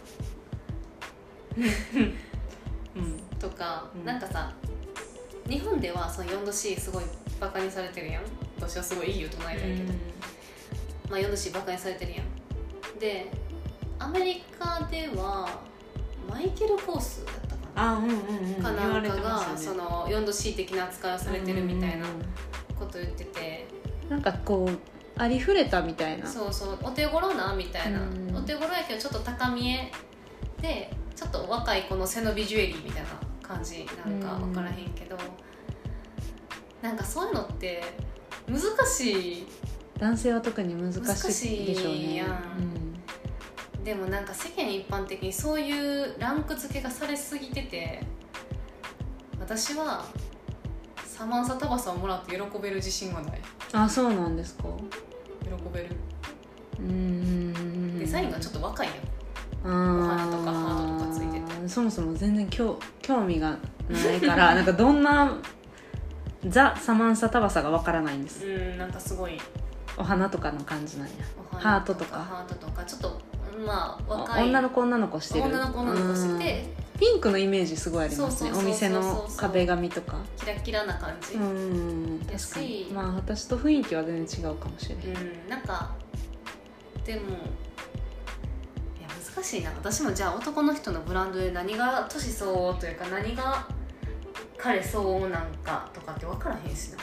Speaker 2: うん
Speaker 1: とか、
Speaker 2: うん
Speaker 1: なんかさ日本ではその 4°C すごいバカにされてるやん私はすごいいい大人やけど、まあ、4°C バカにされてるやんでアメリカではマイケル・コースだったかな
Speaker 2: あうんうんうん
Speaker 1: かなんか
Speaker 2: 言われてま
Speaker 1: が、
Speaker 2: す
Speaker 1: そ
Speaker 2: よね
Speaker 1: の 4°C 的な扱いをされてるみた
Speaker 2: う
Speaker 1: いな
Speaker 2: んうんう
Speaker 1: こと言ってて、
Speaker 2: んなんかこうありふれたみたいな
Speaker 1: そうそうお手頃なみたいな、
Speaker 2: うん
Speaker 1: お手頃やけどちょっと高見えでちょっと若い子の背伸びジュエリーみたいな感じなんか分からへんけど、なんかそういうのって難しい
Speaker 2: 男性は特に難
Speaker 1: しいでしょうね難しいやんでもなんか世間一般的にそういうランク付けがされすぎてて私はサマンサタバサをもらって喜べる自信はない
Speaker 2: あそうなんですか
Speaker 1: 喜べる
Speaker 2: うん
Speaker 1: デザインがちょっと若いやん
Speaker 2: お
Speaker 1: 花とかハートとかついて
Speaker 2: そもそも全然興興味がないから なんかどんなザ・サマンサタバサがわからないんです
Speaker 1: うんなんかすごい
Speaker 2: お花とかの感じなんや
Speaker 1: お花
Speaker 2: ハートとか
Speaker 1: ハートとかちょっとまあ若い
Speaker 2: 女の子女の子してる
Speaker 1: 女の子女の子してて
Speaker 2: うんピンクのイメージすごいありますね
Speaker 1: そう
Speaker 2: お
Speaker 1: そうそうそ
Speaker 2: 店
Speaker 1: うそう
Speaker 2: の壁紙とか
Speaker 1: キラキラな感じ、
Speaker 2: う
Speaker 1: うん
Speaker 2: ん確かに
Speaker 1: 安い
Speaker 2: まあ私と雰囲気は全然違うかもしれない、
Speaker 1: なんかでもいや難しいな私もじゃあ男の人のブランドで何が年相応というか何が彼相応なんかとかって分からへんしな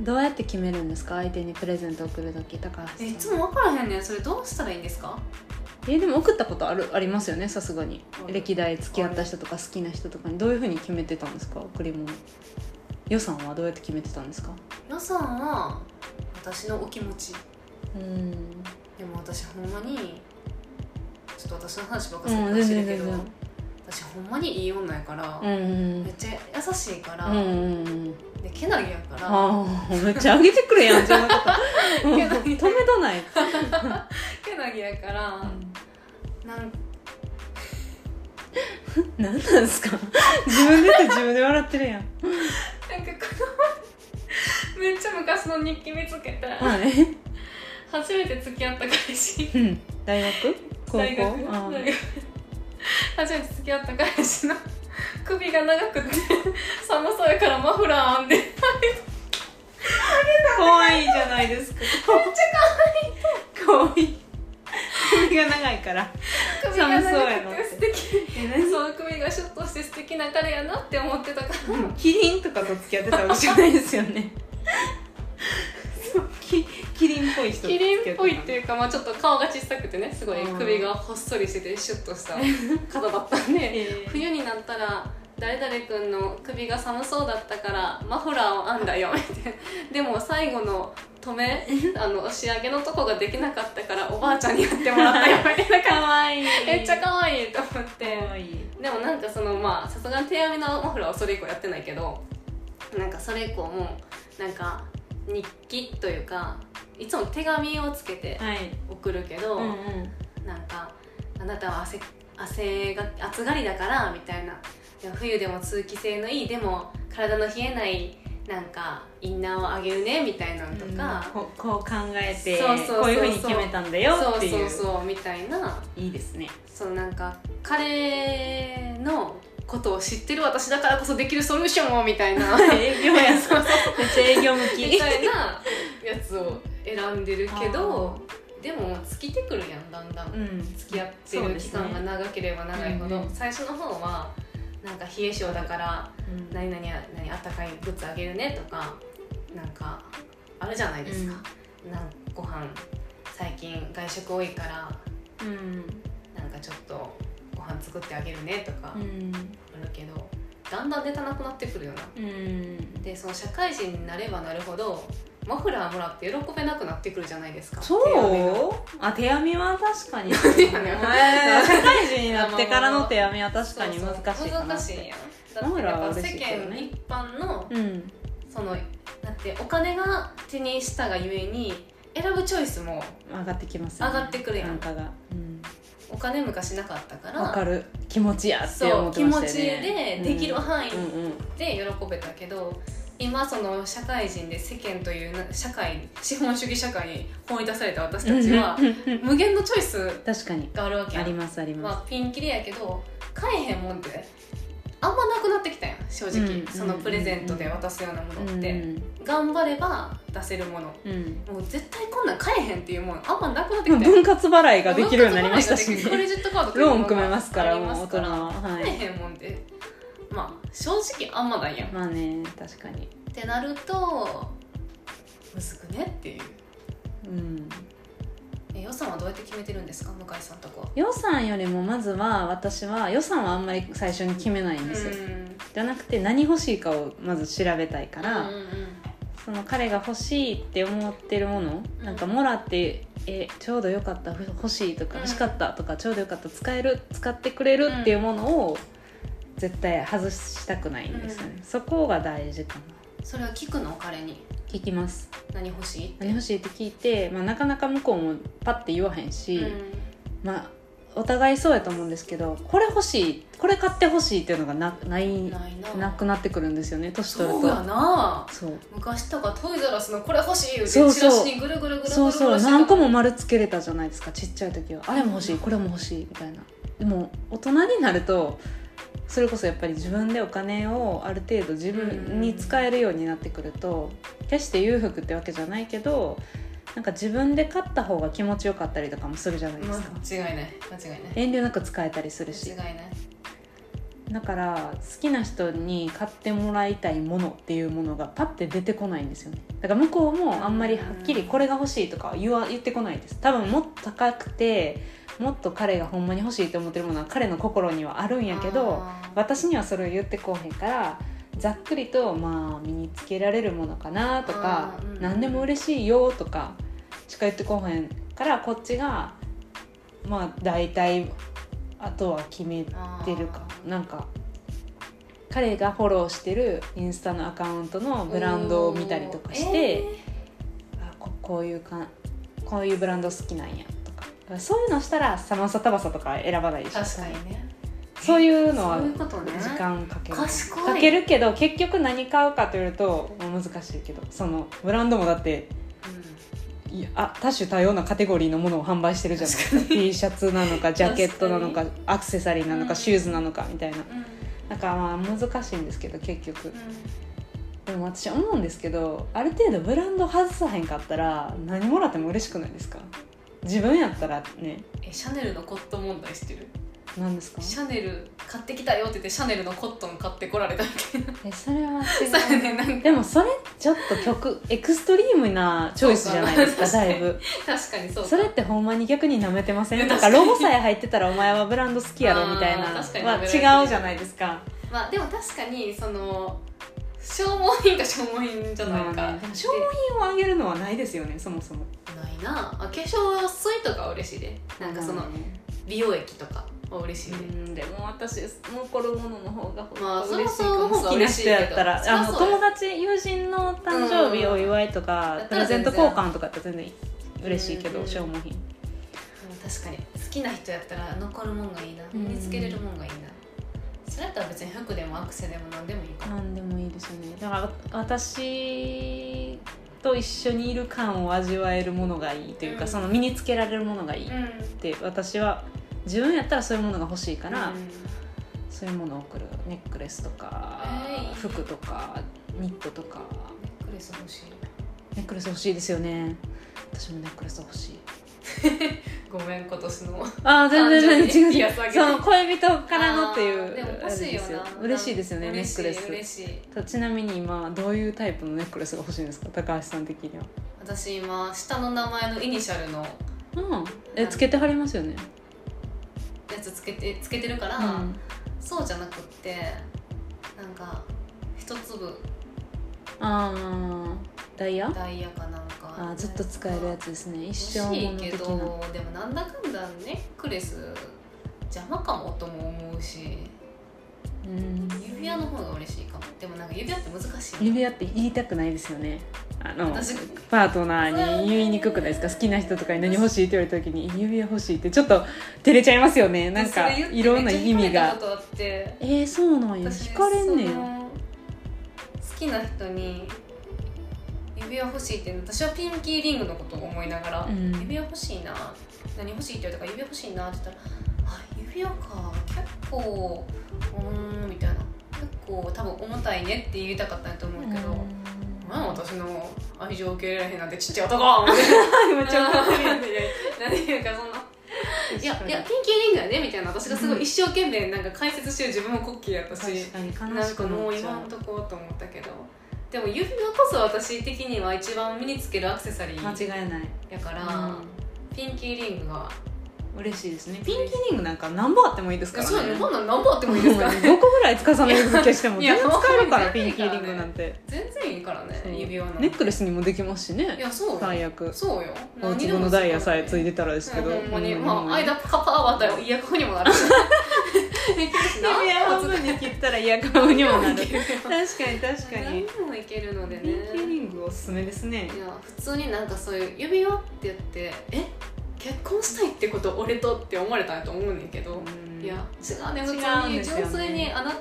Speaker 2: どうやって決めるんですか相手にプレゼント送る時高橋さん
Speaker 1: えいつも分からへんねんそれどうしたらいいんですか
Speaker 2: えでも送ったことあるありますよねさすがに
Speaker 1: ある
Speaker 2: 歴代付き合った人とか好きな人とかにどういうふうに決めてたんですか贈り物予算はどうやって決めてたんですか
Speaker 1: 予算は私のお気持ち
Speaker 2: うん
Speaker 1: でも私ほんまにちょっと私の話ばっか
Speaker 2: う
Speaker 1: り
Speaker 2: ん
Speaker 1: か
Speaker 2: 全
Speaker 1: も
Speaker 2: 然
Speaker 1: しれ
Speaker 2: 全
Speaker 1: んけど、
Speaker 2: 然
Speaker 1: 私ほんまにいい女やから、
Speaker 2: うんうん
Speaker 1: めっちゃ優しいから、
Speaker 2: うんうんうん
Speaker 1: でけなげやから
Speaker 2: ああめっちゃ上げてくれやん自分のこともう
Speaker 1: けど
Speaker 2: 止めどない
Speaker 1: けなげやから、なん
Speaker 2: 何なんですか自分で言って自分で笑ってるやん
Speaker 1: なんかこのめっちゃ昔の日記見つけて
Speaker 2: はい
Speaker 1: 初めて付き合った彼氏
Speaker 2: うん大学高校
Speaker 1: 大学
Speaker 2: あ
Speaker 1: 大学初めて付き合った彼氏の首が長くて寒そうやからマフラー編んでめっち
Speaker 2: あ可愛いじゃないです か
Speaker 1: ゃ可愛
Speaker 2: 可
Speaker 1: い
Speaker 2: 愛い首が長いから
Speaker 1: 首が長
Speaker 2: 寒そうや
Speaker 1: く
Speaker 2: な
Speaker 1: て素敵その首がシュッとして素敵な彼やなって思ってたから、
Speaker 2: キリンとかと付き合ってたわけじゃないですよ ねキキリンっぽい人と付
Speaker 1: キ
Speaker 2: き合
Speaker 1: リ
Speaker 2: ってた
Speaker 1: ンっぽいっていうか、まあ、ちょっと顔が小さくてねすごい
Speaker 2: うん
Speaker 1: 首がほっそりしててシュッ とした方だったんで
Speaker 2: えー
Speaker 1: 冬になったら誰々君の首が寒そうだったからマフラーを編んだよみたいなでも最後の 留めあの仕上げのとこができなかったからおばあちゃんにやってもらったよみ たいな感
Speaker 2: 可愛い
Speaker 1: じめっちゃ可愛いと思って
Speaker 2: 可愛い
Speaker 1: でもなんかそのまあさすがに手編みのマフラーはそれ以降やってないけどなんかそれ以降もなんか日記というかいつも手紙をつけて
Speaker 2: はい
Speaker 1: 送るけど、
Speaker 2: うんうん
Speaker 1: なんか「あなたは汗汗が暑がりだから」みたいな「でも冬でも通気性のいいでも体の冷えないなんかインナーをあげるね」みたいなのとか、
Speaker 2: ここう考えて
Speaker 1: そうそうそうそう
Speaker 2: こういうふうに決めたんだよ
Speaker 1: そ
Speaker 2: っ
Speaker 1: う
Speaker 2: てい
Speaker 1: そううそうみたいない
Speaker 2: い ですね
Speaker 1: そのなんか彼のことを知ってる私だからこそできるソリューションをみたい なみ
Speaker 2: 営業やそうめっちゃ営業向き
Speaker 1: たいなやつを選んでるけどでも尽きてくるやんだんだん。
Speaker 2: うん
Speaker 1: 付き合ってる期間が長ければ長いほど、
Speaker 2: そうですねうんうん
Speaker 1: 最初の方はなんか冷え性だから
Speaker 2: うん
Speaker 1: 何々何あったかいグッズあげるねとかなんかあるじゃないですか、なんかご飯最近外食多いから
Speaker 2: うん
Speaker 1: なんかちょっとご飯作ってあげるねとか
Speaker 2: うん
Speaker 1: あるけど、だんだん出たなくなってくるよな
Speaker 2: うん
Speaker 1: でその社会人になればなるほどマフラーもらって喜べなくなってくるじゃないですか手編みが
Speaker 2: そうあ手編みは確かに社
Speaker 1: 編みは
Speaker 2: 会人になってからの手編みは確かに難しいかな
Speaker 1: 難しいやんだってやっぱ
Speaker 2: マーラーは嬉
Speaker 1: 世
Speaker 2: しいけど
Speaker 1: 間
Speaker 2: ね
Speaker 1: 一般の
Speaker 2: うん
Speaker 1: そのだってお金が手にしたがゆえに選ぶチョイスも
Speaker 2: 上がってきますよね
Speaker 1: 上がってくるやん
Speaker 2: 単価がうん
Speaker 1: お金昔なかったから
Speaker 2: わ、かる気持ちやって
Speaker 1: そ
Speaker 2: 思
Speaker 1: う
Speaker 2: って
Speaker 1: 気
Speaker 2: まし
Speaker 1: 持
Speaker 2: た
Speaker 1: ち
Speaker 2: よね
Speaker 1: でできる
Speaker 2: うん
Speaker 1: 範囲
Speaker 2: うんうん
Speaker 1: で喜べたけど今その社会人で世間というな社会に資本主義社会に放り出された私たちは
Speaker 2: うんうんうん
Speaker 1: 無限のチョイス
Speaker 2: 確かに
Speaker 1: があるわけ
Speaker 2: あ
Speaker 1: や
Speaker 2: り
Speaker 1: ん
Speaker 2: ますあります、
Speaker 1: まあピンキリやけど買えへんもんってあんまなくなってきたやん正直、
Speaker 2: うん
Speaker 1: そのプレゼントで渡すようなものって、
Speaker 2: うん
Speaker 1: 頑張れば出せるもの
Speaker 2: うん
Speaker 1: もう絶対こんなん買えへんっていうもんあんまなくなってきたやん
Speaker 2: 分割払いができるようになりましたし
Speaker 1: クレ
Speaker 2: ね
Speaker 1: ジットカードとか
Speaker 2: ローン組めますから
Speaker 1: あり
Speaker 2: もう
Speaker 1: ます
Speaker 2: 大
Speaker 1: か
Speaker 2: 人
Speaker 1: ら
Speaker 2: はは
Speaker 1: 買
Speaker 2: い
Speaker 1: えへんもんでまあ正直あんまないやんっ
Speaker 2: まあね確かに
Speaker 1: てなるとむずくねっていう
Speaker 2: うん
Speaker 1: え予算はどうやって決めてるんですか向井さんとこは
Speaker 2: 予算よりもまずは私は予算はあんまり最初に決めないんですよ、じゃなくて何欲しいかをまず調べたいから、
Speaker 1: うんうんうん
Speaker 2: その彼が欲しいって思ってるもの、
Speaker 1: うん
Speaker 2: なんかもらってえちょうどよかったふ欲しいとか
Speaker 1: うん
Speaker 2: 欲しかったとか、ちょうどよかった使える使ってくれるっていうものを絶対外したくないんですよね、そこが大事かな
Speaker 1: それは聞くの彼に
Speaker 2: 聞きます
Speaker 1: 何欲しいって
Speaker 2: 何欲しいって聞いて、まあ、なかなか向こうもパッて言わへんし、
Speaker 1: うん
Speaker 2: まあお互いそうやと思うんですけどこれ欲しいこれ買って欲しいっていうのがなない
Speaker 1: ないな
Speaker 2: なくなってくるんですよね年取る
Speaker 1: そう
Speaker 2: と
Speaker 1: やな
Speaker 2: そう
Speaker 1: 昔とかトイザラスのこれ欲しい言うて
Speaker 2: そう
Speaker 1: チ
Speaker 2: そ
Speaker 1: ラ
Speaker 2: う
Speaker 1: シにぐるぐるぐるぐるぐる
Speaker 2: そうそう
Speaker 1: してた
Speaker 2: 何個も丸つけれたじゃないですかちっちゃい時はあれも欲しいこれも欲しいみたいなでも大人になるとそれこそやっぱり自分でお金をある程度自分に使えるようになってくると決して裕福ってわけじゃないけどなんか自分で買った方が気持ちよかったりとかもするじゃないですか
Speaker 1: 間違いない間違いない
Speaker 2: 遠慮なく使えたりするし
Speaker 1: 間違いない
Speaker 2: だから好きな人に買ってもらいたいものっていうものがパッて出てこないんですよねだから向こうもあんまりはっきりこれが欲しいとか言わ言ってこないです多分もっと高くてもっと彼がほんまに欲しいと思ってるものは彼の心にはあるんやけど
Speaker 1: あー
Speaker 2: 私にはそれを言ってこうへんからざっくりとまあ身につけられるものかなとか
Speaker 1: あーうんうん
Speaker 2: 何でも嬉しいよとかしか言ってこうへんからこっちがまあ大体あとは決め
Speaker 1: あ
Speaker 2: ってるかなんか彼がフォローしてるインスタのアカウントのブランドを見たりとかして、
Speaker 1: おー
Speaker 2: あここういうかんこういうブランド好きなんやとかそういうのしたらサマサタバサとか選ばないでしょ
Speaker 1: 確かにね
Speaker 2: そういうのは
Speaker 1: そういうことね
Speaker 2: 時間かける
Speaker 1: 賢い
Speaker 2: かけるけど結局何買うかというともう難しいけどそのブランドもだっていあ多種多様なカテゴリーのものを販売してるじゃないですか T シャツなのかジャケットなのかアクセサリーなのか、
Speaker 1: うん
Speaker 2: シューズなのかみたいな
Speaker 1: うんうん
Speaker 2: なんかまあ難しいんですけど結局
Speaker 1: う
Speaker 2: でも私思うんですけどある程度ブランド外さへんかったら何もらっても嬉しくないですか自分やったらね
Speaker 1: んえシャネルのコットン問題してる
Speaker 2: 何ですか
Speaker 1: シャネル買ってきたよって言ってシャネルのコットン買ってこられたみたいな
Speaker 2: え それは
Speaker 1: そうや
Speaker 2: 違
Speaker 1: ねなん
Speaker 2: う
Speaker 1: か
Speaker 2: でもそれちょっと曲エクストリームなチョイスじゃないですか
Speaker 1: そうか
Speaker 2: だいぶ
Speaker 1: 確かにそうか
Speaker 2: それってほんまに逆に舐めてません
Speaker 1: 確
Speaker 2: なんか
Speaker 1: かに
Speaker 2: ロゴさえ入ってたらお前はブランド好きやろみたいな
Speaker 1: あー確かに
Speaker 2: は
Speaker 1: 舐められ
Speaker 2: 違
Speaker 1: てる
Speaker 2: うじゃないですか
Speaker 1: まあでも確かにその消耗品か消耗品じゃない
Speaker 2: まあ
Speaker 1: か
Speaker 2: ねでも消耗品をあげるのはないですよねそもそも
Speaker 1: ないなあ化粧水とかは嬉しいでなんかその美容液とかは嬉しいで、
Speaker 2: うんでも私もうこのものの方が
Speaker 1: まあ
Speaker 2: 嬉しい
Speaker 1: そもそもの方が
Speaker 2: 好きな人やった
Speaker 1: 嬉
Speaker 2: ら
Speaker 1: しいけど
Speaker 2: あの
Speaker 1: そりゃそう
Speaker 2: 友達友人の誕生日お祝いとか、
Speaker 1: うん
Speaker 2: プレゼント交換とかって全然嬉しいけど、
Speaker 1: うん
Speaker 2: 消耗品
Speaker 1: 確かに好きな人やったら残るもんがいいな
Speaker 2: うん
Speaker 1: 身につけれるもんがいいな、それやったら別に服でもアクセでも何でもいいかも、
Speaker 2: なんでもいいですよねだから私と一緒にいる感を味わえるものがいいというか、
Speaker 1: うん
Speaker 2: その身につけられるものがいいっ
Speaker 1: ん
Speaker 2: て私は自分やったらそういうものが欲しいから、
Speaker 1: うん
Speaker 2: そういうものを送るネックレスとか、
Speaker 1: えーいい
Speaker 2: 服とかニットとか
Speaker 1: ネックレス欲しい
Speaker 2: ネックレス欲しいですよね私もネックレス欲しい
Speaker 1: ごめん今年の
Speaker 2: ああ全然全然違う
Speaker 1: ピ
Speaker 2: 違
Speaker 1: ア
Speaker 2: う
Speaker 1: スあげて
Speaker 2: その恋人からのっていう
Speaker 1: あーでも欲しいよ
Speaker 2: あれです
Speaker 1: な
Speaker 2: 嬉しいですよねネ
Speaker 1: 嬉
Speaker 2: ッ
Speaker 1: し
Speaker 2: ク
Speaker 1: い
Speaker 2: レス
Speaker 1: 嬉しい
Speaker 2: ちなみに今どういうタイプのネックレスが欲しいんですか高橋さん的には
Speaker 1: 私今下の名前のイニシャルの
Speaker 2: うんえつけてはりますよね
Speaker 1: やつつけてつけてるから、
Speaker 2: うん
Speaker 1: そうじゃなくってなんか一粒
Speaker 2: ああダイヤ
Speaker 1: ダイヤかなんか
Speaker 2: あーずっと使えるやつですね一生
Speaker 1: 欲
Speaker 2: も
Speaker 1: しい
Speaker 2: の
Speaker 1: け
Speaker 2: 的
Speaker 1: ど
Speaker 2: な
Speaker 1: でもなんだかんだネックレス邪魔かもとも思うし
Speaker 2: ううん
Speaker 1: 指輪の方が嬉しいかもでもなんか指輪って難しいよね
Speaker 2: 指輪って言いたくないですよねあの
Speaker 1: 私
Speaker 2: パートナーに言いにくくないですか好きな人とかに何欲しいって言われた時に指輪欲しいってちょっと照れちゃいますよねなんか
Speaker 1: それ言って
Speaker 2: いろんな意味
Speaker 1: めっちゃ惹
Speaker 2: が
Speaker 1: かれたことあって
Speaker 2: えー、そうなんや
Speaker 1: 私
Speaker 2: 惹かれんね
Speaker 1: そ
Speaker 2: ん
Speaker 1: の好きな人に指輪欲しいって私はピンキーリングのことを思いながら、
Speaker 2: うん
Speaker 1: 指輪欲しいな何欲しいって言われたから指輪欲しいなって言ったらあ指輪か結構うーんみたいな結構多分重たいねって言いたかったんやと思うけど、ま あ私の愛情を受け入れられへんなんてちっちゃい男みたいな
Speaker 2: めっちゃ怒ってるやん
Speaker 1: 何言うかそんな「いやいやピンキーリングやね」みたいな私がすごい一生懸命なんか解説してる自分もコッキーやったし
Speaker 2: 確かに悲しくなっ
Speaker 1: なんかもう
Speaker 2: ち
Speaker 1: 今
Speaker 2: ゃ
Speaker 1: んとこと思ったけどでも指輪こそ私的には一番身につけるアクセサリ
Speaker 2: う間
Speaker 1: ー
Speaker 2: 違えない
Speaker 1: やから、
Speaker 2: う
Speaker 1: ピンキーリングが
Speaker 2: ん嬉しいですねピンキーリングなんか何本あってもいいですからね
Speaker 1: そうねこんなん何本あってもいいですからね
Speaker 2: 5個ぐらい重ねる消しても
Speaker 1: い
Speaker 2: 全
Speaker 1: や
Speaker 2: 然使えるから
Speaker 1: いや
Speaker 2: ピンキーリングなんて
Speaker 1: 全然いいからね
Speaker 2: そう
Speaker 1: 指輪なんて
Speaker 2: ネックレスにもできますしね
Speaker 1: いやそうよ
Speaker 2: 最悪
Speaker 1: そうよ
Speaker 2: お
Speaker 1: 何
Speaker 2: 自
Speaker 1: でも
Speaker 2: 分のダイヤさえつい
Speaker 1: て
Speaker 2: てたらですけど
Speaker 1: ほんまに、
Speaker 2: うん
Speaker 1: まあ間カパーバタイヤコにもなるし
Speaker 2: 指輪半分に切ったらイヤカムにも なる確かに確か
Speaker 1: 何
Speaker 2: に
Speaker 1: でもいけるのでね
Speaker 2: ピンキーリングおすすめですね
Speaker 1: いや普通になんかそういう指輪ってやってえ結婚したいってこと俺とって思われたんやと思うねんけど、
Speaker 2: うん
Speaker 1: いや違うね
Speaker 2: 違う
Speaker 1: 普通
Speaker 2: んで
Speaker 1: に
Speaker 2: すよね
Speaker 1: 純粋にあな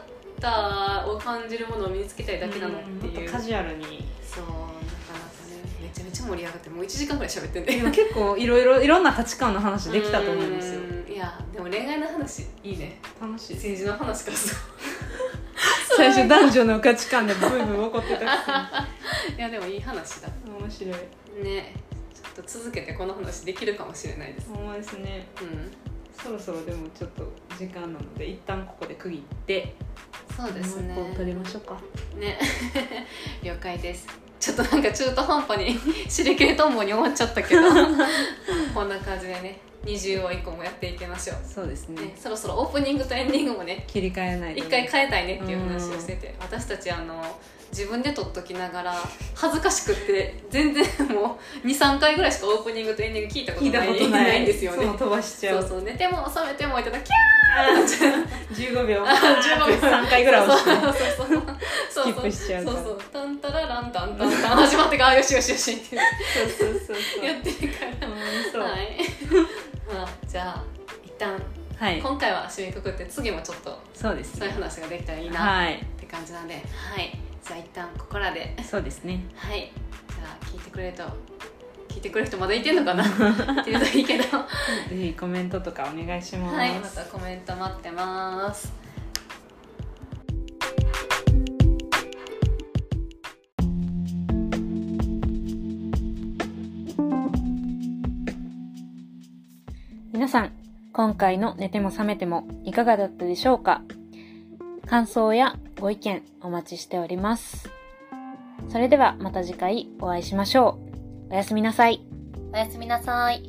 Speaker 1: たを感じるものを身につけたいだけなのって
Speaker 2: うんも
Speaker 1: い
Speaker 2: っ
Speaker 1: う
Speaker 2: とカジュアルに
Speaker 1: そうなかなかねめちゃめちゃ盛り上がってもう1時間ぐらい喋ってん
Speaker 2: で
Speaker 1: ね
Speaker 2: も結構いろいろいろんな価値観の話できたと思いますよ
Speaker 1: うんいやでも恋愛の話いいね
Speaker 2: 楽しいです
Speaker 1: 政治の話からさ
Speaker 2: 最初男女の価値観でブーブー怒って たく
Speaker 1: いやでもいい話だ
Speaker 2: せに面白い
Speaker 1: ねちょっと続けてこの話できるかもしれないです
Speaker 2: ほんまですね
Speaker 1: うん
Speaker 2: そろそろでもちょっと時間なので一旦ここで区切って
Speaker 1: そうですね
Speaker 2: もう一本取りましょうか
Speaker 1: ね 了解ですちょっとなんか中途半端にしりきりとんぼに終わっちゃったけど こんな感じでね20話以降もやっていきましょ
Speaker 2: そうです
Speaker 1: う、ね、そろそろオープニングとエンディングもね
Speaker 2: 切り替えないと
Speaker 1: 一
Speaker 2: ね
Speaker 1: 回変えたいねっていう話をしてて私たちあの自分で撮っときながら恥ずかしくって全然もう23回ぐらいしかオープニングとエンディング聞いたこと
Speaker 2: 聞い
Speaker 1: な
Speaker 2: たこ
Speaker 1: い
Speaker 2: とない
Speaker 1: んですよね
Speaker 2: そう飛ばしち
Speaker 1: そ
Speaker 2: ゃ
Speaker 1: う
Speaker 2: う
Speaker 1: そう寝ても覚めても いただき
Speaker 2: 15秒
Speaker 1: 15秒
Speaker 2: 3回ぐらい押して
Speaker 1: そうそうそうそう
Speaker 2: スキップしちゃう
Speaker 1: そ
Speaker 2: か
Speaker 1: う
Speaker 2: ら
Speaker 1: そうタンタラランタンタンタン始まってからあよしよしよしって
Speaker 2: そうそうそうそう
Speaker 1: やってるか
Speaker 2: ほんまにそ
Speaker 1: ら
Speaker 2: う
Speaker 1: はい まあじゃあ一旦
Speaker 2: はい
Speaker 1: 今回は締めくくって次もちょっと
Speaker 2: そうです
Speaker 1: そうい
Speaker 2: ね
Speaker 1: う話ができたらいいなっ
Speaker 2: はい
Speaker 1: て感じなんではいじゃあ一旦ここらで
Speaker 2: そうですね
Speaker 1: はいじゃあ聞いてくれると聞いてくれる人まだいてんのかな いてるといいけどは
Speaker 2: ぜひコメントとかお願いします
Speaker 1: いまたコメント待ってます
Speaker 3: 皆さん、今回の寝ても覚めてもいかがだったでしょうか感想やご意見お待ちしております。それではまた次回お会いしましょう。おやすみなさい。
Speaker 4: おやすみなさい。